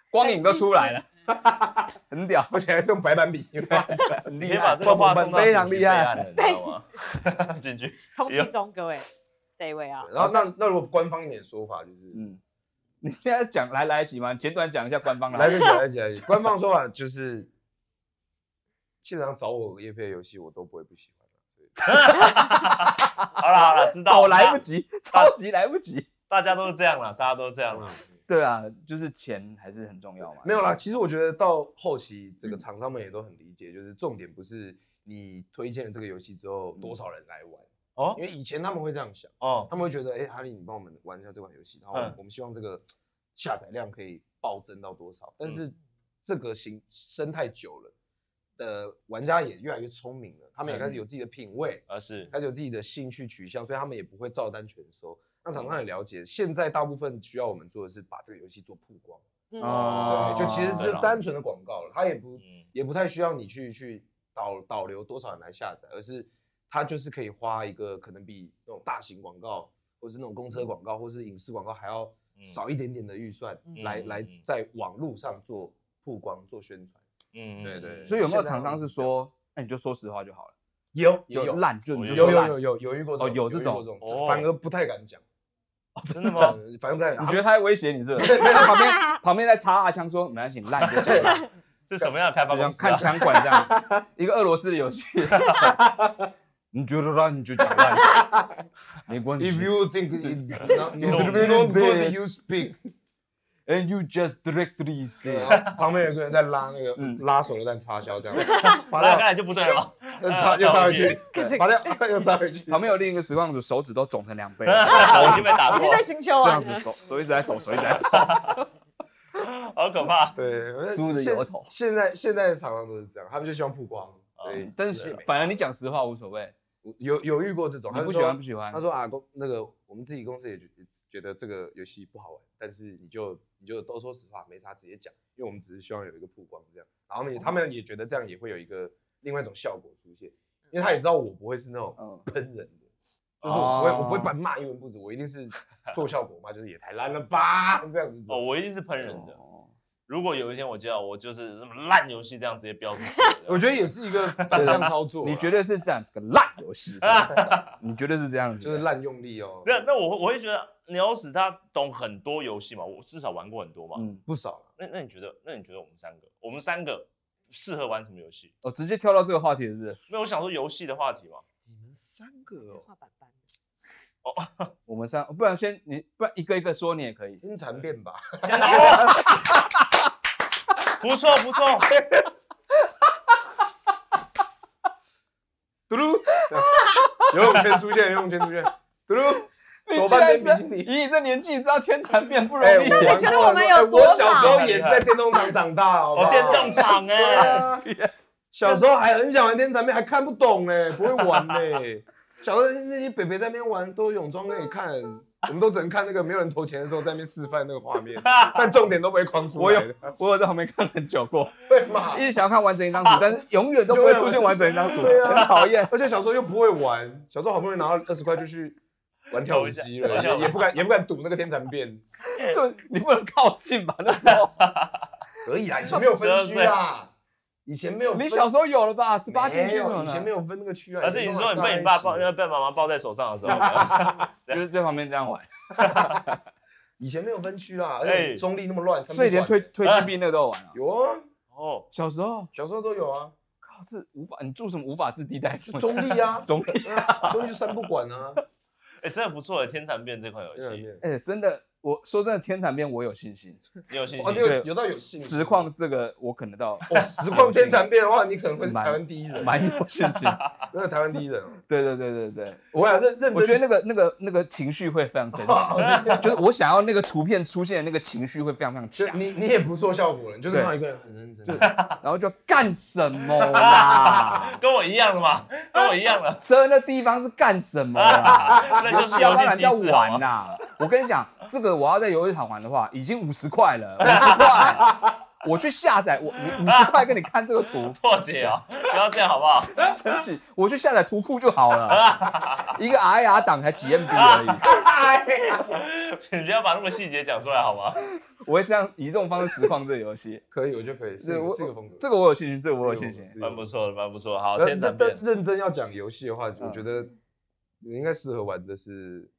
A: 光影都出来了，很屌，
D: 而且还是用白板笔，
A: 很
C: 你
A: 厉
C: 可以把
A: 害
C: 这。个画送到
A: 非常
C: 警局
A: 厉害
C: 备案了，你知道吗？进去
B: 通气中，各位，这一位啊，
D: 然后那那如果官方一点说法就是，
A: 嗯，你现在讲来来得及吗？简短讲一下官方
D: 来
A: 来。
D: 得及，来得及，来得及。官方说法就是，基本上找我叶配的游戏我都不会不喜欢的。
C: 好了好了，知道
A: 早
C: 了，
A: 来不及，超级来不及。
C: 大，大家都是这样了，大家都是这样
D: 嗯
C: 了。
A: 对啊，就是钱还是很重要嘛。
D: 没有啦，其实我觉得到后期，这个厂商们也都很理解，就是重点不是你推荐了这个游戏之后多少人来玩，
C: 哦
D: 因为以前他们会这样想，
C: 哦，
D: 他们会觉得，哎、哈利，你帮我们玩一下这款游戏，然后
C: 嗯
D: 我们希望这个下载量可以暴增到多少。
C: 嗯
D: 但是这个形生态久了，呃，玩家也越来越聪明了，他
C: 嗯
D: 们也开始有自己的品味。
C: 而啊是
D: 开始有自己的兴趣取向，所以他们也不会照单全收。那厂
C: 嗯
D: 商也了解，现在大部分需要我们做的是把这个游戏做曝光，
B: 嗯
A: 啊
D: 对，就其实
C: 对
D: 是
C: 啦
D: 单纯的广告了，它也不
C: 嗯
D: 也不太需要你去去导导流多少人来下载，而是它就是可以花一个可能比那种大型广告，或是那种公车广告，或是影视广告还要
C: 嗯
D: 少一点点的预算，
B: 嗯
D: 来
C: 嗯
D: 来
C: 嗯
D: 在网络上做曝光、做宣传。
C: 嗯
D: 对对
A: 所以有没有
D: 现在
A: 厂商
D: 好像
A: 是
D: 是这样
A: 说，那你就说实话就好了，
D: 有
A: 就
D: 有
A: 烂就你就
C: 有
A: 说
D: 有
A: 烂。
D: 有有有遇过
A: 哦有这
D: 遇
A: 种
D: 过这
C: 哦
D: 种，反而不太敢讲。
C: 真的 吗？
D: 呃反正在
A: 你觉得他在威胁你是不 是？没有，旁边旁边在插阿枪说没关系，你烂就这样，
C: 是什么样的开发
A: 就像
C: 公司啊
A: 看？枪管这样，一个俄罗斯的游戏。 你觉得烂你就讲烂，没关系。
D: If you think it, no,
A: You
D: no,
A: don't bad.
D: don't good, you speak 。
A: And you just directly say，
D: 旁边有个人在拉那个
A: 嗯
D: 拉手榴弹插销，这样拔
C: 那刚
D: 掉，
C: 才就不对了 吗？
D: 又插又插回去
B: 可 是，
D: 拔掉又插回去。
A: 旁边有另一个实况主手指都肿成两倍了，
C: 我已经被打
B: 你是
C: 破，
B: 被星球
A: 这
B: 玩
A: 样
B: 的
A: 子手手一直在抖，手一直在抖。
C: 好可怕。
D: 对我觉得
A: 输的
D: 现
A: 由头啊
D: 现在现在的厂商都是这样，他们就希望曝光，所以
A: 但是反正你讲实话无所谓，
D: 有有遇过这种，
A: 你
D: 他
A: 不
D: 就
A: 喜欢
D: 说
A: 不喜欢
D: 他。说啊，公那个我们自己公司也觉觉得这个游戏不好玩，但是你就你就都说实话，没啥直接讲，因为我们只是希望有一个曝光这样。然后他
A: 哦
D: 们也他们也觉得这样也会有一个另外一种效果出现，因为他也知道我不会是那种
A: 嗯，
D: 喷人的，就是我不会、
A: 哦
D: 我不会把骂一文不值，我一定是做效果嘛，就是也太烂了吧这样子。
C: 哦，我一定是喷人的。
A: 哦
C: 如果有一天我接到，我就是什么烂游戏这样直接标出去。
D: 我觉得也是一个反向操作啊啦，
A: 你绝对是这样子个烂游 戏，你绝对是这样子的，
D: 就是滥用力哦，
C: 啊那那我会我会觉得鸟屎他懂很多游戏嘛，我至少玩过很多嘛。
A: 嗯，
D: 不少了。
C: 那那你觉得，那你觉得我们三个，我们三个适合玩什么游戏？
A: 我直接跳到这个话题是不是？
C: 没有，我想说游戏的话题 嘛。
D: 你们三个
B: 这画板板
A: 我们三，不然先你，不然一个一个说你也可以。
D: 天蚕变吧，
C: 不错不错，
D: 嘟噜， 游泳圈出现，游泳圈出现，嘟噜。走半边比基尼
A: 你居然知道以你这年纪，知道天蚕变不容
D: 哎，
A: 易。
D: 我玩
B: 觉得
D: 过
B: 我们有
D: 哎
B: 多
D: 我小时候
C: 老
D: 也是在电动场长大，好不
C: 哦
D: 好
C: 电动场
D: 对
C: 哎，
D: 啊小时候还很想玩天蚕妹，还看不懂哎，不会玩哎。小时候那些北北在那边玩，都有泳装可以看，我们都只能看那个没有人投钱的时候在那边示范那个画面，但重点都不会框出
A: 我有
D: 来的，
A: 我有在旁边看很久 过，
D: 对嘛
A: 一？直想要看完整一张图，但是永远都不会出现完整一张图，
D: 对啊
A: 很讨厌。
D: 而且小时候又不会玩，小时候好不容易拿到二十块就去玩跳舞机
C: 玩
D: 了，
C: 跳舞
D: 也也不敢也不敢赌那个天蚕变，
A: 就你不能靠近吧？那时 候
D: 可以啊，以前没有分区啊，以前没有分，
A: 你小时候有了吧？十八禁
D: 没
A: 区
D: 有，以前没
A: 有
D: 有分那个区啊。
C: 而是你说你被你爸抱，
D: 啊
C: 被妈妈抱在手上的时候，
A: 呢，就是在旁边这样玩，
D: 以前没有分区啊啦，而
C: 哎
D: 且中立那么乱，
A: 所以连推
D: 推
A: 推金币那个都有玩啊。
D: 有啊，
C: 哦，
A: 小时候，
D: 小时候都 有啊，
A: 靠，是无法，你住什么无法自地带？，
D: 就中立啊
A: 中立，
D: 中立就三不 管啊。
C: 哎，真的不错，《天蚕变》这款游戏，
A: 哎、真的，我说真的，天蚕变我有信心，
C: 你有信
D: 哦，
C: 心
D: 你？
A: 对
D: 有有到有信
A: 实况这个我可能到
D: 哦，实况天蚕变的话，你可能会是台湾第一人，
A: 蛮有信心。
D: 真的台湾第一人哦。
A: 对对对对对，
D: 我想认认真，
A: 我觉得那个那个那个情绪会非常真实， 就是我想要那个图片出现的那个情绪会非常非常
D: 就
A: 强，
D: 你你也不做效果了，你就是
A: 对
D: 看到一个人很认真，就
A: 然后就干什么啦？
C: 跟我一样的嘛，跟我一样的，
A: 遮那地方是干什么啦？
C: 那
A: 游
C: 就
A: 戏
C: 是
A: 要
C: 游
A: 当然
C: 戏
A: 要
C: 机制啊哦好
A: 玩
C: 吗？
A: 啦。我跟你讲，这个我要在游戏场玩的话，已经五十块了，五十块。 我去下载，我五五十块跟你看这个图，
C: 破解哦，不要这样好不好？
A: 生气，我去下载图库就好了。 一个 IR 档才几 MB 而已，
C: 你不要把那么细节讲出来好吗？
A: 我会这样以这种方式实况这个游戏。
D: 可以，我觉得可以，是一
A: 我
D: 个是一个风格。
A: 这个我有信心，这个
D: 是一
A: 我有
D: 个
A: 信
D: 风
A: 心
D: 格。是一个
C: 蛮不错的，蛮不错的。好，
D: 但
C: 天蚕
D: 但
C: 变
D: 但认真要讲游戏的话，我
A: 嗯
D: 觉得你应该适合玩的是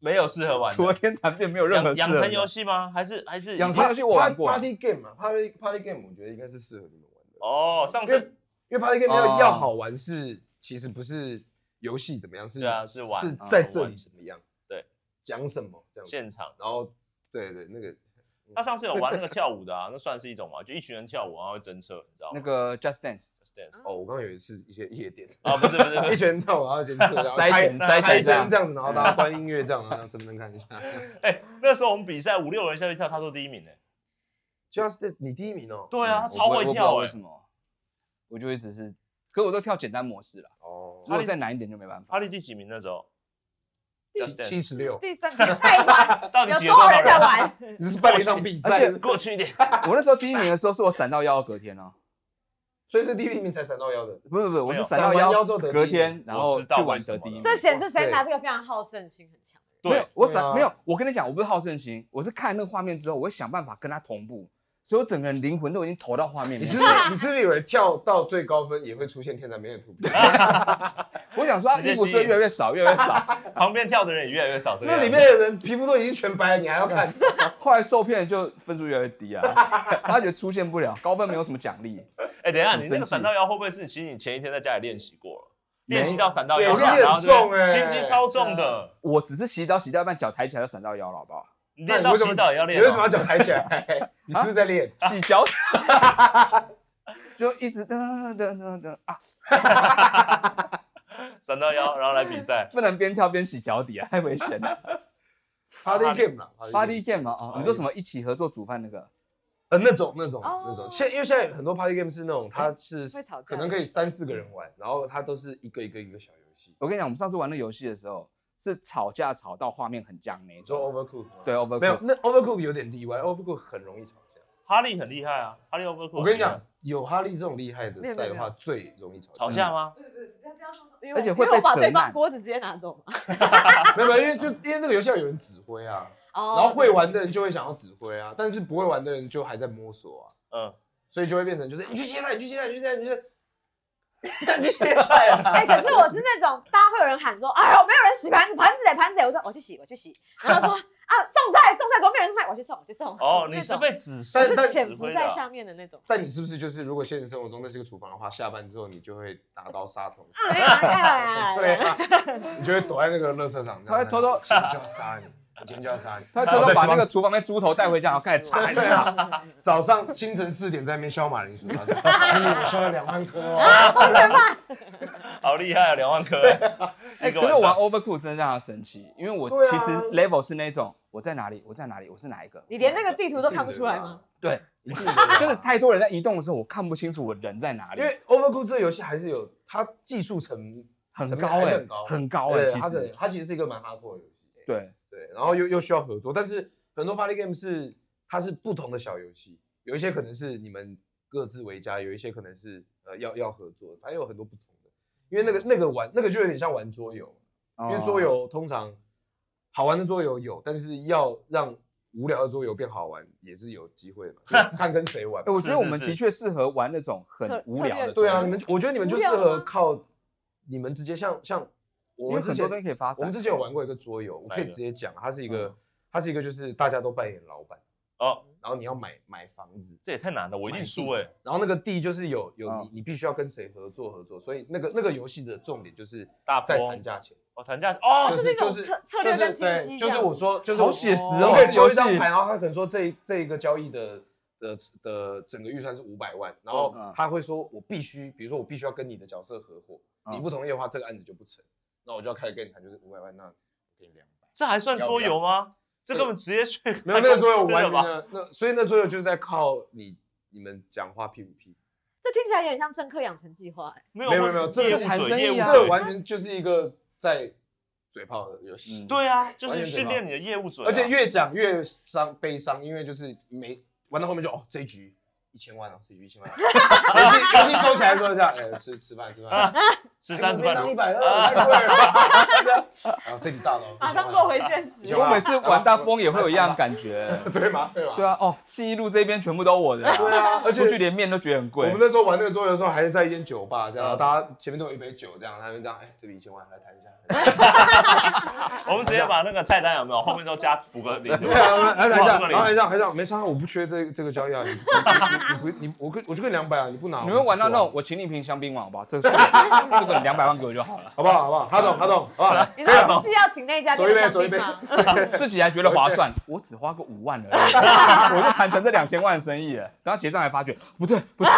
C: 没有适合玩
A: 除了
C: 的。
A: 天蚕变，没有任何
C: 养
A: 适合
C: 养
A: 的
C: 成游戏吗？还是还是
A: 养成游戏我玩过
D: Party game 嘛，Party Party game 我觉得应该是适合你们玩的，
C: 哦，上次
D: 因为 Party game
A: 哦
D: 要要好玩是其实不是游戏怎么样，是
C: 对啊是玩
D: 是
C: 啊
D: 在这
C: 玩
D: 里怎么样，
C: 对，
D: 讲什么这样子，
C: 现场，
D: 然后对对那个
C: 他上次有玩那个跳舞的啊， 那算是一种嘛，就一群人跳舞，然后会侦测，你知道吗？
A: 那个 Just Dance，
C: Just Dance
D: 哦，我刚刚有一次一些夜店，
C: 啊，不是不 是不
D: 一
C: 是，
D: 群人跳舞，然后监测，然后
A: 塞
D: 开
A: 钱塞
D: 开
A: 钱这
D: 灯
A: 样
D: 这，样子，然后大家关音乐这样，然后身份证看一下。
C: 哎，那时候我们比赛五六人下去跳，他都第一名哎。
D: Just Dance，你第一名哦。
C: 对啊，他
A: 我
C: 超
A: 不
C: 会
A: 嗯我不知道
C: 跳
A: 为
C: 哎
A: 什。么？我就一直是，可我都跳简单模式了，
D: 哦
A: 如，果再难一点就没办法。
C: 阿力第几名那时候？Just
D: 七
C: Dance
D: 七十六，
B: 第三太晚，
C: 到底
B: 有
C: 几个
B: 多少
C: 多少
B: 人在
A: 啊
C: 人？
B: 玩？
D: 你是办了一场比赛
A: 而，且
C: 过去一点，
A: 我那时候第一名的时候，是我闪到腰的隔天哦，
D: 所以是第一名才闪到腰的。
A: 不是不是，我
C: 没有
A: 是闪
D: 闪
A: 到
D: 完腰
A: 腰
D: 之后得
A: 隔
D: 第一
A: 天，然
C: 我
A: 后
C: 知道
A: 去玩
C: 为什
A: 得
C: 么
A: 第一
C: 了
A: 名。
B: 这显示
D: 哇塞
B: Santa 是个非常好胜心很强的人。
A: 没有
C: 对，
A: 我
D: 对
A: 闪
D: 啊
A: 没有，我跟你讲，我不是好胜心，我是看那个画面之后，我会想办法跟他同步，所以我整个人灵魂都已经投到画面
D: 你
A: 里
D: 是
A: 面
D: 不。是你是不是以为跳到最高分也会出现天才面的图片？
A: 啊我想说，啊
C: 直接
A: 衣服
C: 吸
A: 是不是
C: 引
A: 越来越少，越来越少。
C: 旁边跳的人也越来越少。这个
D: 那里
C: 样子
D: 面的人皮肤都已经全白了，你还要 看？
A: 后来受骗就分数越来越低啊，他觉得出现不了，高分没有什么奖励。
C: 哎、等一下，
A: 很
C: 你那个
A: 生气
C: 闪到腰会不会是其实你前一天在家里练习过了，
A: 没有
C: 练习到闪到腰，
D: 也是
C: 然后
D: 很重
C: 对不对
D: 哎
C: 心机超重的，
A: 我只是洗澡洗到一半，脚抬起来就闪到腰了，好不好？
C: 你练到洗澡也要
D: 啊你
C: 练、
D: 为什么要
C: 哦。
D: 脚抬 起来？你是不是在练？
A: 洗脚， 就一直噔噔噔噔啊，
C: 闪到腰，然后来比赛。
A: 不能边跳边洗脚底啊，太危险了。
D: Party game 啦
A: Party game 嘛，哦，你说什么一起合作煮饭那个？
D: 呃，那种那种
B: 哦
D: 那种，现因为现在很多 party game 是那种，它是
B: 会吵架
D: 可能可以三四个人玩，然后它都是一个一个一个小游戏。
A: 我跟你讲，我们上次玩那游戏的时候，是吵架吵到画面很僵那
D: 你
A: 种。
D: 说 Overcook 吗？
A: 对，over
D: 没有，那 Overcook 有点例外，Overcook 很容易吵架。
C: 哈利很厉害啊，哈利 o v e r
D: 我跟你讲，，有哈利这种厉害
B: 没
D: 的
B: 有没
D: 在
B: 有
D: 的话，最容易吵
C: 吵架吗？
B: 因为我
A: 而且会
B: 因为我把
A: 被责
B: 对方
A: 难
B: 锅子直接拿走嘛。
D: 没有，没有，因为就因为那个游戏要有人指挥啊，
B: 哦
D: 然后会玩的人就会想要指挥啊，但是不会玩的人就还在摸索啊，
C: 嗯，
D: 所以就会变成就是你去切菜，你去切菜，你去切菜，你去切菜你去切菜啊。
B: 哎、可是我是那种，大家会有人喊说：“哎呦，没有人洗盘子，盘子嘞，盘子嘞！”我说：“我去洗，我去洗。”然后他说：“啊，送菜，送菜，怎么没有人送菜？我去送，我去送。”
C: 哦，
B: 就
C: 你
B: 那
C: 是
B: 种
C: 被指示
D: 但
B: 就
D: 但
B: 是
C: 指
B: 潜伏
C: 挥的
B: 在
C: 啊。
B: 下面的那种。
D: 但你是不是就是如果现实生活中那是个厨房的话，下班之后你就会拿到杀 虫
B: 哎
D: 剂，
B: 呀哎
D: 对
B: 呀，
D: 啊，你就会躲在那个垃圾场这样，
A: 他会偷偷
D: 尖叫杀你，尖叫杀你，
A: 他
D: 然
A: 偷偷
D: 后在
A: 把
D: 厨
A: 那
D: 房
A: 个厨房那猪头带回 家，然后开始擦一擦。
D: 啊早上清晨四点在那边削马铃薯，然后就 今天我削了两万颗哦，
C: 好厉害啊，两万颗。
A: 哎，
C: 一个
A: 可是我
C: 晚
A: 玩
C: 上，
A: Overcook 真的让他生气，因为我
D: 对啊
A: 其实 level 是那种我在哪里，我在哪里，我是哪一个？
B: 你连那个地图都看不出
D: 啊
B: 来 吗？
A: 对，
D: 一定的啦
A: 就是太多人在移动的时候，我看不清楚我人在哪里
D: 因，为 Overcook 这个游戏还是有它技术层
A: 很
D: 层面
A: 高
D: 还是
A: 哎
D: 很高，
A: 很高哎，
D: 对
A: 其
D: 它是
A: 实
D: 它其实是一个蛮 hardcore 的游戏，
A: 对，
D: 对，然后又又需要合作，但是很多 party game 是它是不同的小游戏，有一些可能是你们各自为家，有一些可能是呃要要合作，它有很多不同的，因为那个那个玩那个就有点像玩桌游，
A: 因
D: 因为桌游通常好玩的桌游有，但是要让无聊的桌游变好玩也是有机会的嘛，就是看跟谁玩嘛
A: 哎，。我觉得我们
C: 是是
A: 的确适合玩那种很
B: 策
A: 无聊的桌
D: 对
A: 游。
D: 啊，你们我觉得你们就适
B: 无聊
D: 合
B: 吗
D: 靠你们直接像像我
A: 因为
D: 们之
A: 很多
D: 前
A: 东西可以发展。嗯
D: 我们之前有玩过一个桌游，我可
C: 哪一
D: 以
C: 个
D: 直接讲，它是一个它是一个就是大家都扮演老板，
C: 哦，
D: 然后你要买买房子，
C: 这也太难了，我一定
D: 买地
C: 输哎。
D: 然后那个地就是有有
A: 嗯
D: 你你必须要跟谁合作合作，所以那个那个游戏的重点就是
C: 大富
D: 在
C: 翁
D: 谈价钱，
C: 哦，谈价哦
B: 就，是一种策策略
D: 就是
B: 跟心
D: 对
B: 机
D: 就是
B: 这样
D: 我说就是
A: 好
D: 我
A: 写实
B: 哦
D: 我
A: 哦
D: 们可
A: 游
D: 以，抽一
A: 戏
D: 张牌，然后他可能说这一这一个交易的的的整个预算是五百万，然后
A: 嗯
D: 他会说我必须，比如说我必须要跟你的角色合伙，
A: 嗯
D: 你不同意的话，这个案子就不成，那我就要开始跟你谈，就是五百万，那我给你两百。
C: 这还算桌游吗？这根本直接去
D: 没有那个桌
C: 办
D: 游
C: 公室
D: 完
C: 了
D: 全
C: 吧？
D: 的那，所以那桌游就是在靠你你们讲话 PVP，
B: 这听起来也很像政客养成计划、哎
C: 没有
D: 没有没有这个
C: 业务
A: 是谈
C: 嘴
A: 生意
C: 业务
A: 啊对
D: 这个
C: 嘴
D: 完全就是一个在嘴炮的游戏
A: 嗯。
C: 对啊，就
D: 完
C: 是
D: 全
C: 训
D: 嘴
C: 练
D: 炮
C: 你的业务准啊，
D: 而且越讲越伤悲伤，因为就是没玩到后面就哦这一局一千万啊，谁去一千万啊？游戏游戏收起来之后这样，哎，吃吃饭吃哎饭，
C: 是三十块
D: 一百二，太贵了。这样然后啊这里大楼，
B: 马上落回现实。
D: 有
A: 我
D: 啊
A: 每次玩大风也会有一样 的感觉。
D: 对吗？对吗？
A: 对啊，哦，信义路这边全部都我的啊，
D: 对啊，而且
A: 出去连面都觉得很
D: 我
A: 贵
D: 们。那时候玩那个桌游的时候，还是在一间酒吧这样，然后大家前面都有一杯酒这样，他们这样，哎，这里一千万，来谈一下。哎
C: 我们直接把那个菜单有没有后面都加补个 零，
D: 对啊，来谈一下，
C: 补个
D: 然后还
C: 零。
D: 这样，还这样，没差，我不缺这个这个交易啊，你你你你你，我跟我就跟两百啊，你不拿，
A: 你们玩到那种，我请你瓶香槟王好不好？这 个这个两百万给我就好了，
D: 好不好？好不好？哈总，哈总，好不好？
B: 你说你是要请那家店的香
D: 走一
B: 槟
D: 杯
B: 吗？
A: 自己还觉得划算，我只花个五万而已， 我就谈成这两千万的生意了。然后结账还发觉不对不对，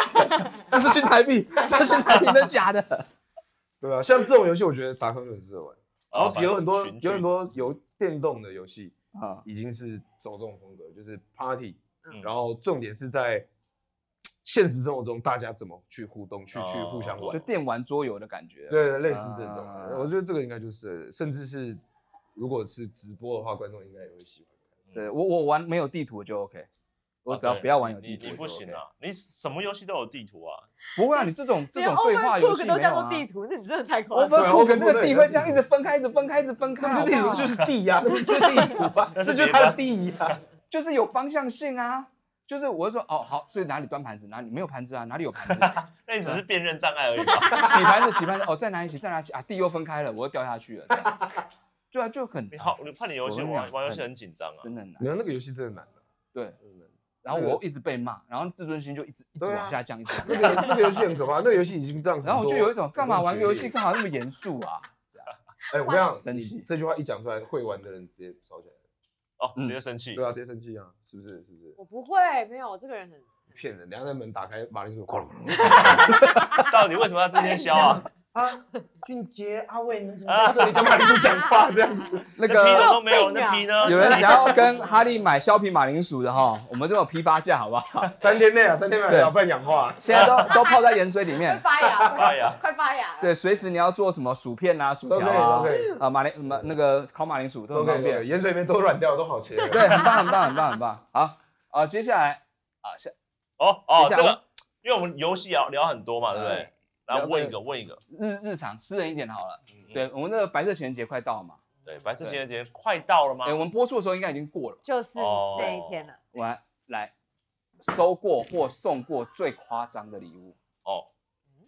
A: 这是新台币，这是新台币，真的假的？
D: 对啊，像这种游戏，我觉得达康很适合玩。然后有很多
C: 哦群聚
D: 有很多有电动的游戏
A: 啊，
D: 已经是走这种风格，就是 party，
C: 嗯
D: 然后重点是在现实生活中大家怎么去互动，去去
C: 哦
D: 互相
A: 就
D: 玩。
A: 电玩桌游的感觉。
D: 对，对类似这种
A: 啊
D: 的，我觉得这个应该就是，甚至是如果是直播的话，观众应该也会喜欢。
A: 对我我玩没有地图就 OK，我只要
C: 啊对
A: 不要玩有地
C: 你
A: 图。
C: 你不行！啊，你什么游戏都有地图啊。
A: 不会啊，你这种这
B: 连
A: 种对话游
B: Overcook
A: 戏
B: 都
A: 没
B: 叫
A: 有
B: 做
A: 啊。
B: 地图，那你真的太夸
A: 我
B: 张
A: 分
B: 了。
A: 酷跟那个地会这样一直分开，一直分开，一直分开。
D: 那不是地
A: 好不好
D: 图，就是地 呀，那不是地图 啊，这就是它的地呀。
A: 就是有方向性啊。就是我就说哦好，所以哪里端盘子，哪里没有盘子啊，哪里有盘子，
C: 那你只
A: 啊
C: 是辨认障碍而 已吧？
A: 洗盘子洗盘子，哦在哪里洗在哪里洗啊，地又分开了，我又掉下去了。这样对啊，就很
C: 你好，你怕你游戏
A: 我跟你
C: 玩
A: 讲
C: 玩游戏很紧张啊。
A: 真的很难
D: 你。看那个游戏真的难啊
A: 对，
D: 真的难
A: 然后我又一直被骂，然后自尊心就一直一直
D: 对啊
A: 往下降，一直往
D: 那
A: 下降。
D: 个那个游戏很可怕，那个游戏已经让很多
A: 然后我就有一种干嘛玩个游戏
D: 很多
A: 干嘛那么严肃啊？
D: 决裂哎，我跟你讲，
A: 生气
D: 你这句话一讲出来，会玩的人直接烧起来。
C: 哦，
A: 嗯
C: 直接生气
D: 对。啊，直接生气啊，是不是？是不是？
B: 我不会，没有，我这个人很。
D: 骗人！两扇门打开，马铃 薯哐隆
C: 到底为什么要这 些消啊？
D: 啊，俊杰、阿伟，你们怎么在这里跟马铃薯讲话这样子？
A: 那
C: 那皮
A: 个
C: 的都没有，
B: 你有病啊
C: 那皮呢？
A: 有人想要跟哈利买削皮马铃薯的哈，我们这种批发价好不好？
D: 三天内啊，三天内
A: 对
D: 啊，不然氧化。
A: 现在都都泡在盐水里
B: 快
A: 面。
B: 发芽，
C: 发芽，
B: 快发芽！
A: 对，随时你要做什么薯片啊、薯
D: 都
A: 条
D: 可以，
A: 啊
D: 都，可以，
A: 啊，马铃马那个烤马铃薯都
D: 都
A: 很
D: 可
A: 方
D: 以，
A: 便
D: 对，，盐水里面都软掉，都好切。
A: 对，很棒，很棒，很棒，很棒。好，啊，接下来啊，下
C: 哦哦，
A: 等一下
C: 这个，因为我们游戏聊聊很多嘛，对不对
A: 对？
C: 来
A: 聊
C: 问一
A: 这
C: 个，问一个。
A: 日日常私人一点好了。
C: 嗯
A: 对我们的白色情人节快到了嘛，
C: 对，反正情人节快到了吗
A: 哎，？我们播出的时候应该已经过了。
B: 就是
C: 哦
B: 那一天了。
A: 我来来收过或送过最夸张的礼物，
C: 哦，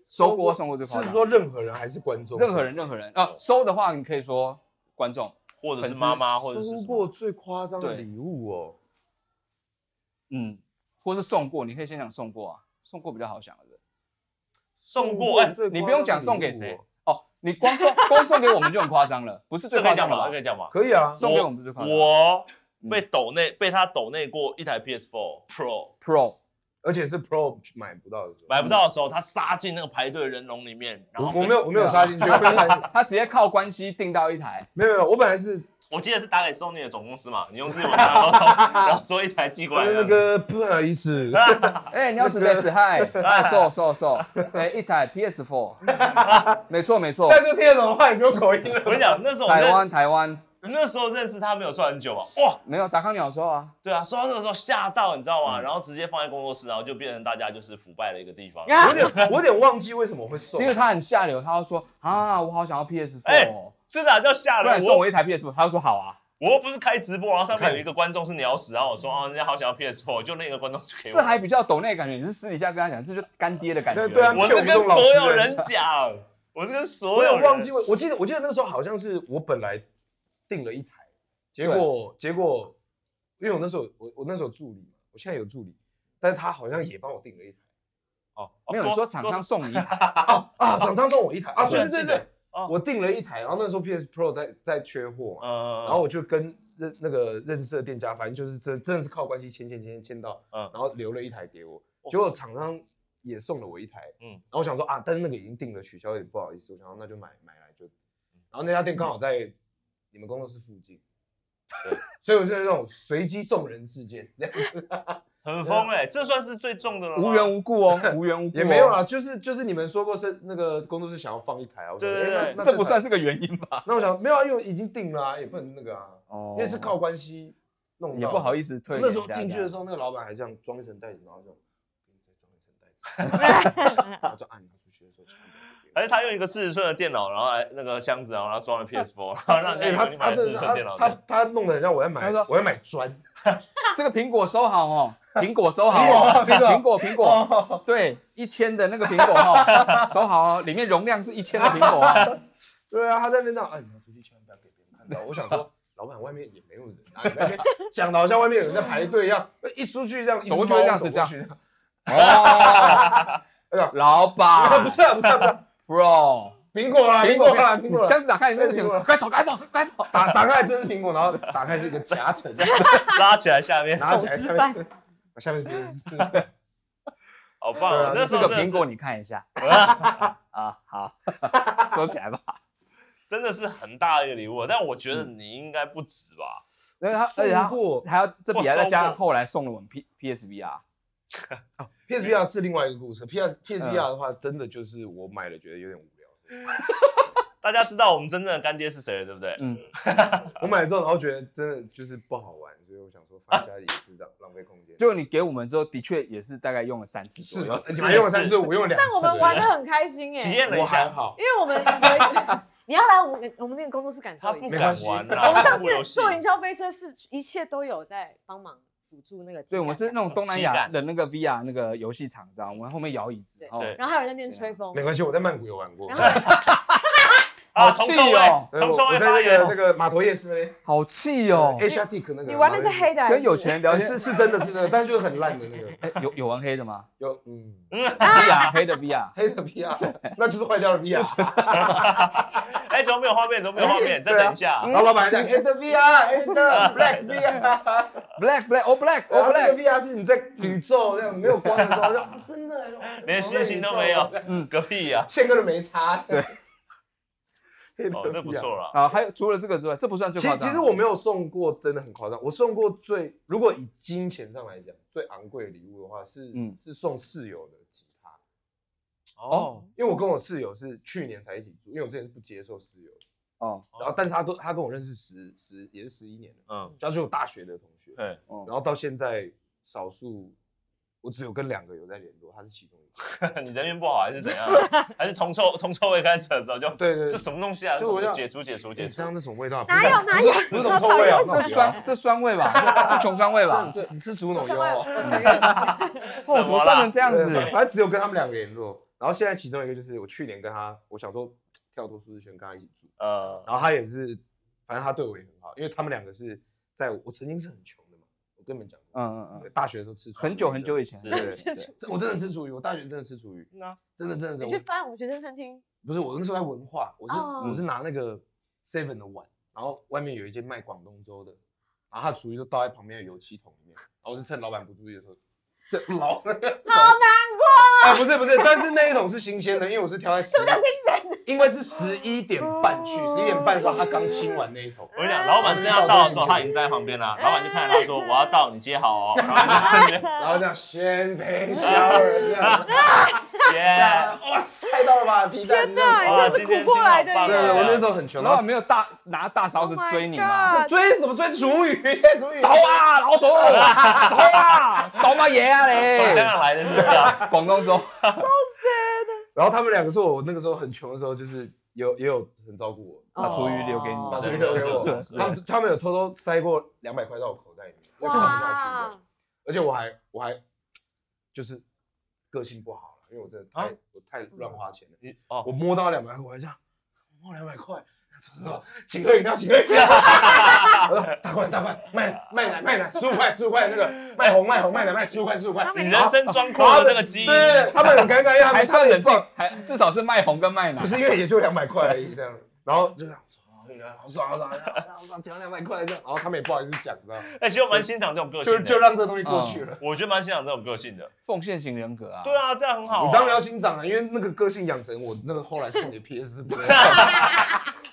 A: 收过或送过最夸张
D: 是
A: 的。
D: 说任何人还是观众？
A: 任何人任何人啊，收的话你可以说观众，
C: 或者是妈妈，啊或者是什
D: 收
C: 么
D: 过最夸张的
A: 对
D: 礼物哦，
A: 嗯，或是送过，你可以先讲送过啊，送过比较好想的。
C: 送过，哎，
D: 最夸张的礼物哦
A: 你不用讲送给谁，哦，你光送光送给我们就很夸张了，不是最
C: 这可
A: 夸
C: 以
A: 张
C: 讲
A: 了
C: 吗？
A: 吧
C: 这可？以讲吗？
D: 可以啊，
A: 送给我们不是最夸张。
C: 我被
A: 嗯
C: 抖内被他抖内过一台 PS4 Pro，
A: Pro
D: 而且是 Pro 买不到的时候。
C: 买不到的时候，他杀进那个排队的人龙里面，然后
D: 我我没有我没有杀进去，我没有杀进去，
A: 他直接靠关系订到一 台，
D: 没有没有，我本来是
C: 我记得是打给 Sony 的总公司嘛，你用日文然后然后说一台寄过来的
D: 那个不好意思，
A: 哎，你要死得死 嗨，哎，瘦瘦瘦，对，一台 PS4，没错没错
D: 再，就听得懂的话，也不用口音了。
C: 我跟你讲，那时候我
A: 台
C: 认
A: 湾台湾
C: 那时候认识他没有算很久嘛，哇，
A: 没有达康鸟兽啊，
C: 对啊，说到这个时候吓到你知
A: 嗯
C: 道吗？然后直接放在工作室，然后就变成大家就是腐败的一个地方。
D: 我有点我有点忘记为什么会送
A: 因，为他很下流，他就说啊，我好想要 PS4，
C: 哎
A: 哦，
C: 真的啊叫
D: 哎
C: 吓
A: 不
C: 人
A: 然！你送
C: 我
A: 我一台 PS4，他就说好啊，
C: 我又不是开直播，然后上面有一个观众是鸟屎，然后我说哦，人家好想要 PS4，就那个观众就
D: 哎
C: 给我。
A: 这还比较懂那个感觉，你是私底下跟他讲，这就干爹的感觉，
D: 对啊
C: 我是跟所有人讲，我是跟所
D: 我
C: 有
D: 有
C: 人哦
D: 忘记，我我记得我记得那时候好像是我本来订了一台，结果结果因为我那时候我我那时候有助理嘛，我现在有助理，但是他好像也帮我订了一台
C: 哦，
A: 没有
C: 多
A: 你说厂
C: 多
A: 商送你一台，
D: 啊啊，厂商送我一台啊，
C: 对
D: 对对对
C: 记得
D: 对
C: 哦，
D: 我订了一台，然后那时候 PS Pro 在在缺货嘛，
C: 嗯，
D: 然后我就跟认那个认识的店家，反正就是真真的是靠关系签签签签到，
C: 嗯
D: 然后留了一台给我，结果厂商也送了我一台，
C: 嗯
D: 嗯，然后我想说啊，但是那个已经定了，取消有点不好意思，我想说那就买买来就，
A: 嗯
D: 然后那家店刚好在你们工作室附近，
C: 对，
D: 所以我是那种随机送人事件，这样子
C: 很疯哎，这算是最重的了吗。
A: 无缘无故 哦，无缘无故哦
D: 也没有，啦，就是就是你们说过是那个工作室想要放一台啊，我想说
C: 对对
D: 诶
C: 对
D: 那那
A: 这不算
D: 台，
A: 是个原因吧？
D: 那我想没有啊，因为已经定了啊，也不能那个啊，
A: 哦
D: 因为是靠关系弄，
A: 也不好
D: 思。
A: 意思退人
D: 那
A: 家这样。
D: 时候进去的时候，那个老板还这样装一层袋子，然后这种
B: 啊
D: 然后就按拿出去的时候，千万不要给别人
C: 而且他用一个四十寸的电脑，然后来那个箱子，然后他装了 PS4，然后让人家
D: 哎
C: 以
D: 他
C: 为你买
D: 他
C: 了
D: 真
C: 四十
D: 的是
C: 寸
D: 他
C: 电脑。
D: 他他弄得人家我在买
A: 他说
D: 我在买砖，
A: 这个苹果收好哦，苹果收好 哦，苹果苹果，对，一千的那个苹果 哦，收好哦，里面容量是一千的苹果哦，
D: 对啊，他在那边这样，哎，你拿出去千万不要给别人看到。我想说，老板外面也没有人啊，你在那边讲的好像外面有人在排队一样，一出去这样，
A: 走过去这样子
D: 这样。
A: 哦，
D: 哎
A: 老
D: 啊，
A: 板
D: 不是啊，不是啊，不是啊
A: ，bro，
D: 苹果 啊，苹果啊，苹果
A: 你
D: 啊。
A: 箱子打开里面是苹果，快走快走快走，
D: 打打开真是苹果，然后打开是一个夹层，
C: 拉起来下面，
D: 拿起来下面， 下面是丝，
C: 好棒
D: 对
C: 哦
D: 啊！
C: 那时
A: 这个
C: 候真的
A: 苹
C: 是
A: 果你看一下，啊 好，收起来吧，
C: 真的是很大的一个礼物啊，但我觉得你应该不止吧？
A: 而且他而且他
D: 送过
A: 还要这笔还再加上后来送了我们 P PSVR，
D: PSVR 是另外一个故事。PS PSVR 的话，真的就是我买了觉得有点无聊，
C: 大家知道我们真正的干爹是谁了，对不对？
A: 嗯，
D: 我买了之后，然后觉得真的就是不好玩，所以我想说放家里也是浪浪费空间。
A: 就你给我们之后，的确也是大概用了三次左
D: 是
A: 右
D: 吧，？你们用了三次，我用了两次。
B: 但我们玩的很开心
C: 体
B: 哎，
C: 验了
D: 我
C: 一
D: 还
C: 下，
D: 好，
B: 因为我们有你要来我们我们那个工作室感
C: 他
B: 受
C: 不
B: 一下。
C: 敢玩
D: 没关
C: 啦
D: 系
B: 我们上
C: 他不游
B: 次
C: 戏
B: 做营销飞车是一切都有在帮忙辅助那个体感感受，
A: 对，我们是那种东南
C: 体
A: 亚
C: 感
A: 的那个 VR 那个游戏场，你知道吗，我们后面摇椅子
B: 对，
A: 哦
C: 对
B: 然后还有在那边吹风
D: 没，关系，我在曼谷有玩过
B: 然。后
C: 啊，
A: 好
C: 同
A: 气
C: 臭味
A: 哦，
D: 呃
C: 同
D: 我
C: 臭
D: 我
C: 味
D: 在
C: 发
D: 那
C: 言
D: 个那，个码头夜市那边
A: 好气哦。
D: ，Asia Tic 那个。
B: 你玩的是黑的还 是，
A: 跟有钱人聊
D: 呃，
A: 天，
D: 是是真的是真的，但是就是很烂的那个。
A: 哎有有玩黑的吗
D: 有嗯，
A: ？VR 黑的 VR，
D: 黑的 VR，那就是坏掉的 VR。
C: 哎，怎么没有画面？怎么没有画面？再等一下啊，
D: 然后老板还讲黑的 VR，黑的 Black VR。
A: black black all 哦 black
D: 然
A: all
D: 后那个
A: black，
D: VR 是你在宇宙那种没有光的时候，就啊真的
C: 连星星都没有，嗯，个屁 呀！
D: 宪哥的没差。 对，
C: 哦，这不错。了，
A: 啊，还有除了这个之外，这不算最
D: 其
A: 夸
D: 实
A: 张的。
D: 其实我没有送过真的很夸张，我送过最如果以金钱上来讲最昂贵的礼物的话是
A: 嗯
D: 是送室友的吉他，啊
A: 哦
D: 因为我跟我室友是去年才一起住，因为我之前是不接受室友的，
A: 哦
D: 然后但是他都他跟我认识十十也是十一年了，
C: 嗯，
D: 他是我大学的同学，
C: 对，
A: 哦，
D: 然后到现在少数我只有跟两个有在联络，他是其中一
C: 嗯
D: 个。
C: 你人缘不好还是怎 样？还是铜臭铜臭味开始的时候就
D: 对对
C: 这什么东西啊？
D: 就是我
C: 这什么
D: 要哎
C: 解除解除
D: 你
C: 解
D: 知
C: 除
D: 道，那什么味道？
B: 哪有哪有，
D: 不是那种臭味啊
A: 这
D: 那种
A: 酸这酸味吧，是穷酸味吧？
D: 这你是竹农
B: 我
D: 油
B: 我
D: 哦，
B: 承认，
A: 哦，怎么算成这样子？
D: 对反正只有跟他们两个联络。然后现在其中一个就是我去年跟他，我想说跳脱舒适圈跟他一起住，
C: 呃，
D: 然后他也是，反正他对我也很好，因为他们两个是在我我曾经是很穷的嘛，我跟你们讲过，
A: 嗯嗯
D: 对
A: 嗯，
D: 大学的时候吃
A: 很久很久以前，
C: 是
A: 对
B: 是
A: 对
D: 前，我真的吃厨余，我大学真的吃厨余，
C: 那
D: 真的真的
B: 你
D: 真
B: 去
D: 的，
B: 翻我们学生餐厅，
D: 我不是我那时候在文化，我是
B: 哦
D: 我是拿那个 seven 的碗，然后外面有一间卖广东粥的，然后他厨余就倒在旁边的油漆桶里面，然后我是趁老板不注意的时候，这老
B: 好难
D: 啊，不是不是，但是那一桶是新鲜的，因为我是挑在十，
B: 过，叫新 鲜的，
D: 因为是十一点半去，十一点半的时候他刚清完那一桶。
B: 嗯
C: 我跟你讲，老板正要到的时候，他已经在旁边
D: 哎
C: 了。老板就看着他说：“我要到，你接好 哦。”然后他就
D: 然后这样先陪小人，这样
C: 接，
D: 哇塞，到了吧，皮蛋，
B: 天哪，哎
C: 哇
B: 你真是
C: 今天
B: 苦过来的
C: 今天好棒
D: 对，
C: 啊
B: 耶！
D: 我那时候很穷，
A: 老
D: 然
A: 板
D: 后
A: 没有大拿大勺子追你吗？
D: 追什么追厨余，厨余，
A: 走啊，老鼠，走啊，搞嘛爷啊
C: 从
D: 哎
A: 嘞！
C: 香港来的是不是啊？
A: 广东粥，
D: 然后他们两个是我那个时候很穷的时候，就是有也有很照顾我。
A: 把厨余留给你
B: 哦
A: 吧
C: 哦
D: 把
A: 厨
D: 厨
A: 余
D: 余
A: 留
D: 留
A: 给
D: 给
A: 我
D: 我，他们他们有偷偷塞过两百块到我口袋里面，我看不下去
B: 哇
D: 的。，而且我还我还就是个性不好了，因为我真的太、
C: 啊
D: 我太乱花钱了。
C: 你哦
D: 我，摸到两百块，我还这样，摸两百块，什么什么，请喝饮料，请喝饮料。我说大罐大罐，卖卖奶卖奶，十五块十五块那个卖红卖红卖奶卖十五块十五块
B: 他。们
C: 你
B: 应
C: 人
B: 该
C: 生装阔的那个基因，
D: 对，他们很尴尬，因为他们
A: 还算冷，
D: 他们
A: 静，还至少是卖红跟卖奶
D: 不。是因为也就两百块而已这样。然后就这样，哎好爽好爽，好爽好爽，讲两百块这样。然后他们也不好意思讲，你知道吗？
C: 哎，其实我蛮欣赏这种个
D: 就
C: 性
D: 就
C: 的，
D: 让这东西过去了。
C: 我觉得蛮欣赏这种个性的。
A: 奉献型人格啊。
C: 对，啊，这样很好啊。
D: 我当然要欣赏啊，因为那个个性养成，我那个后来送给 PS 不能。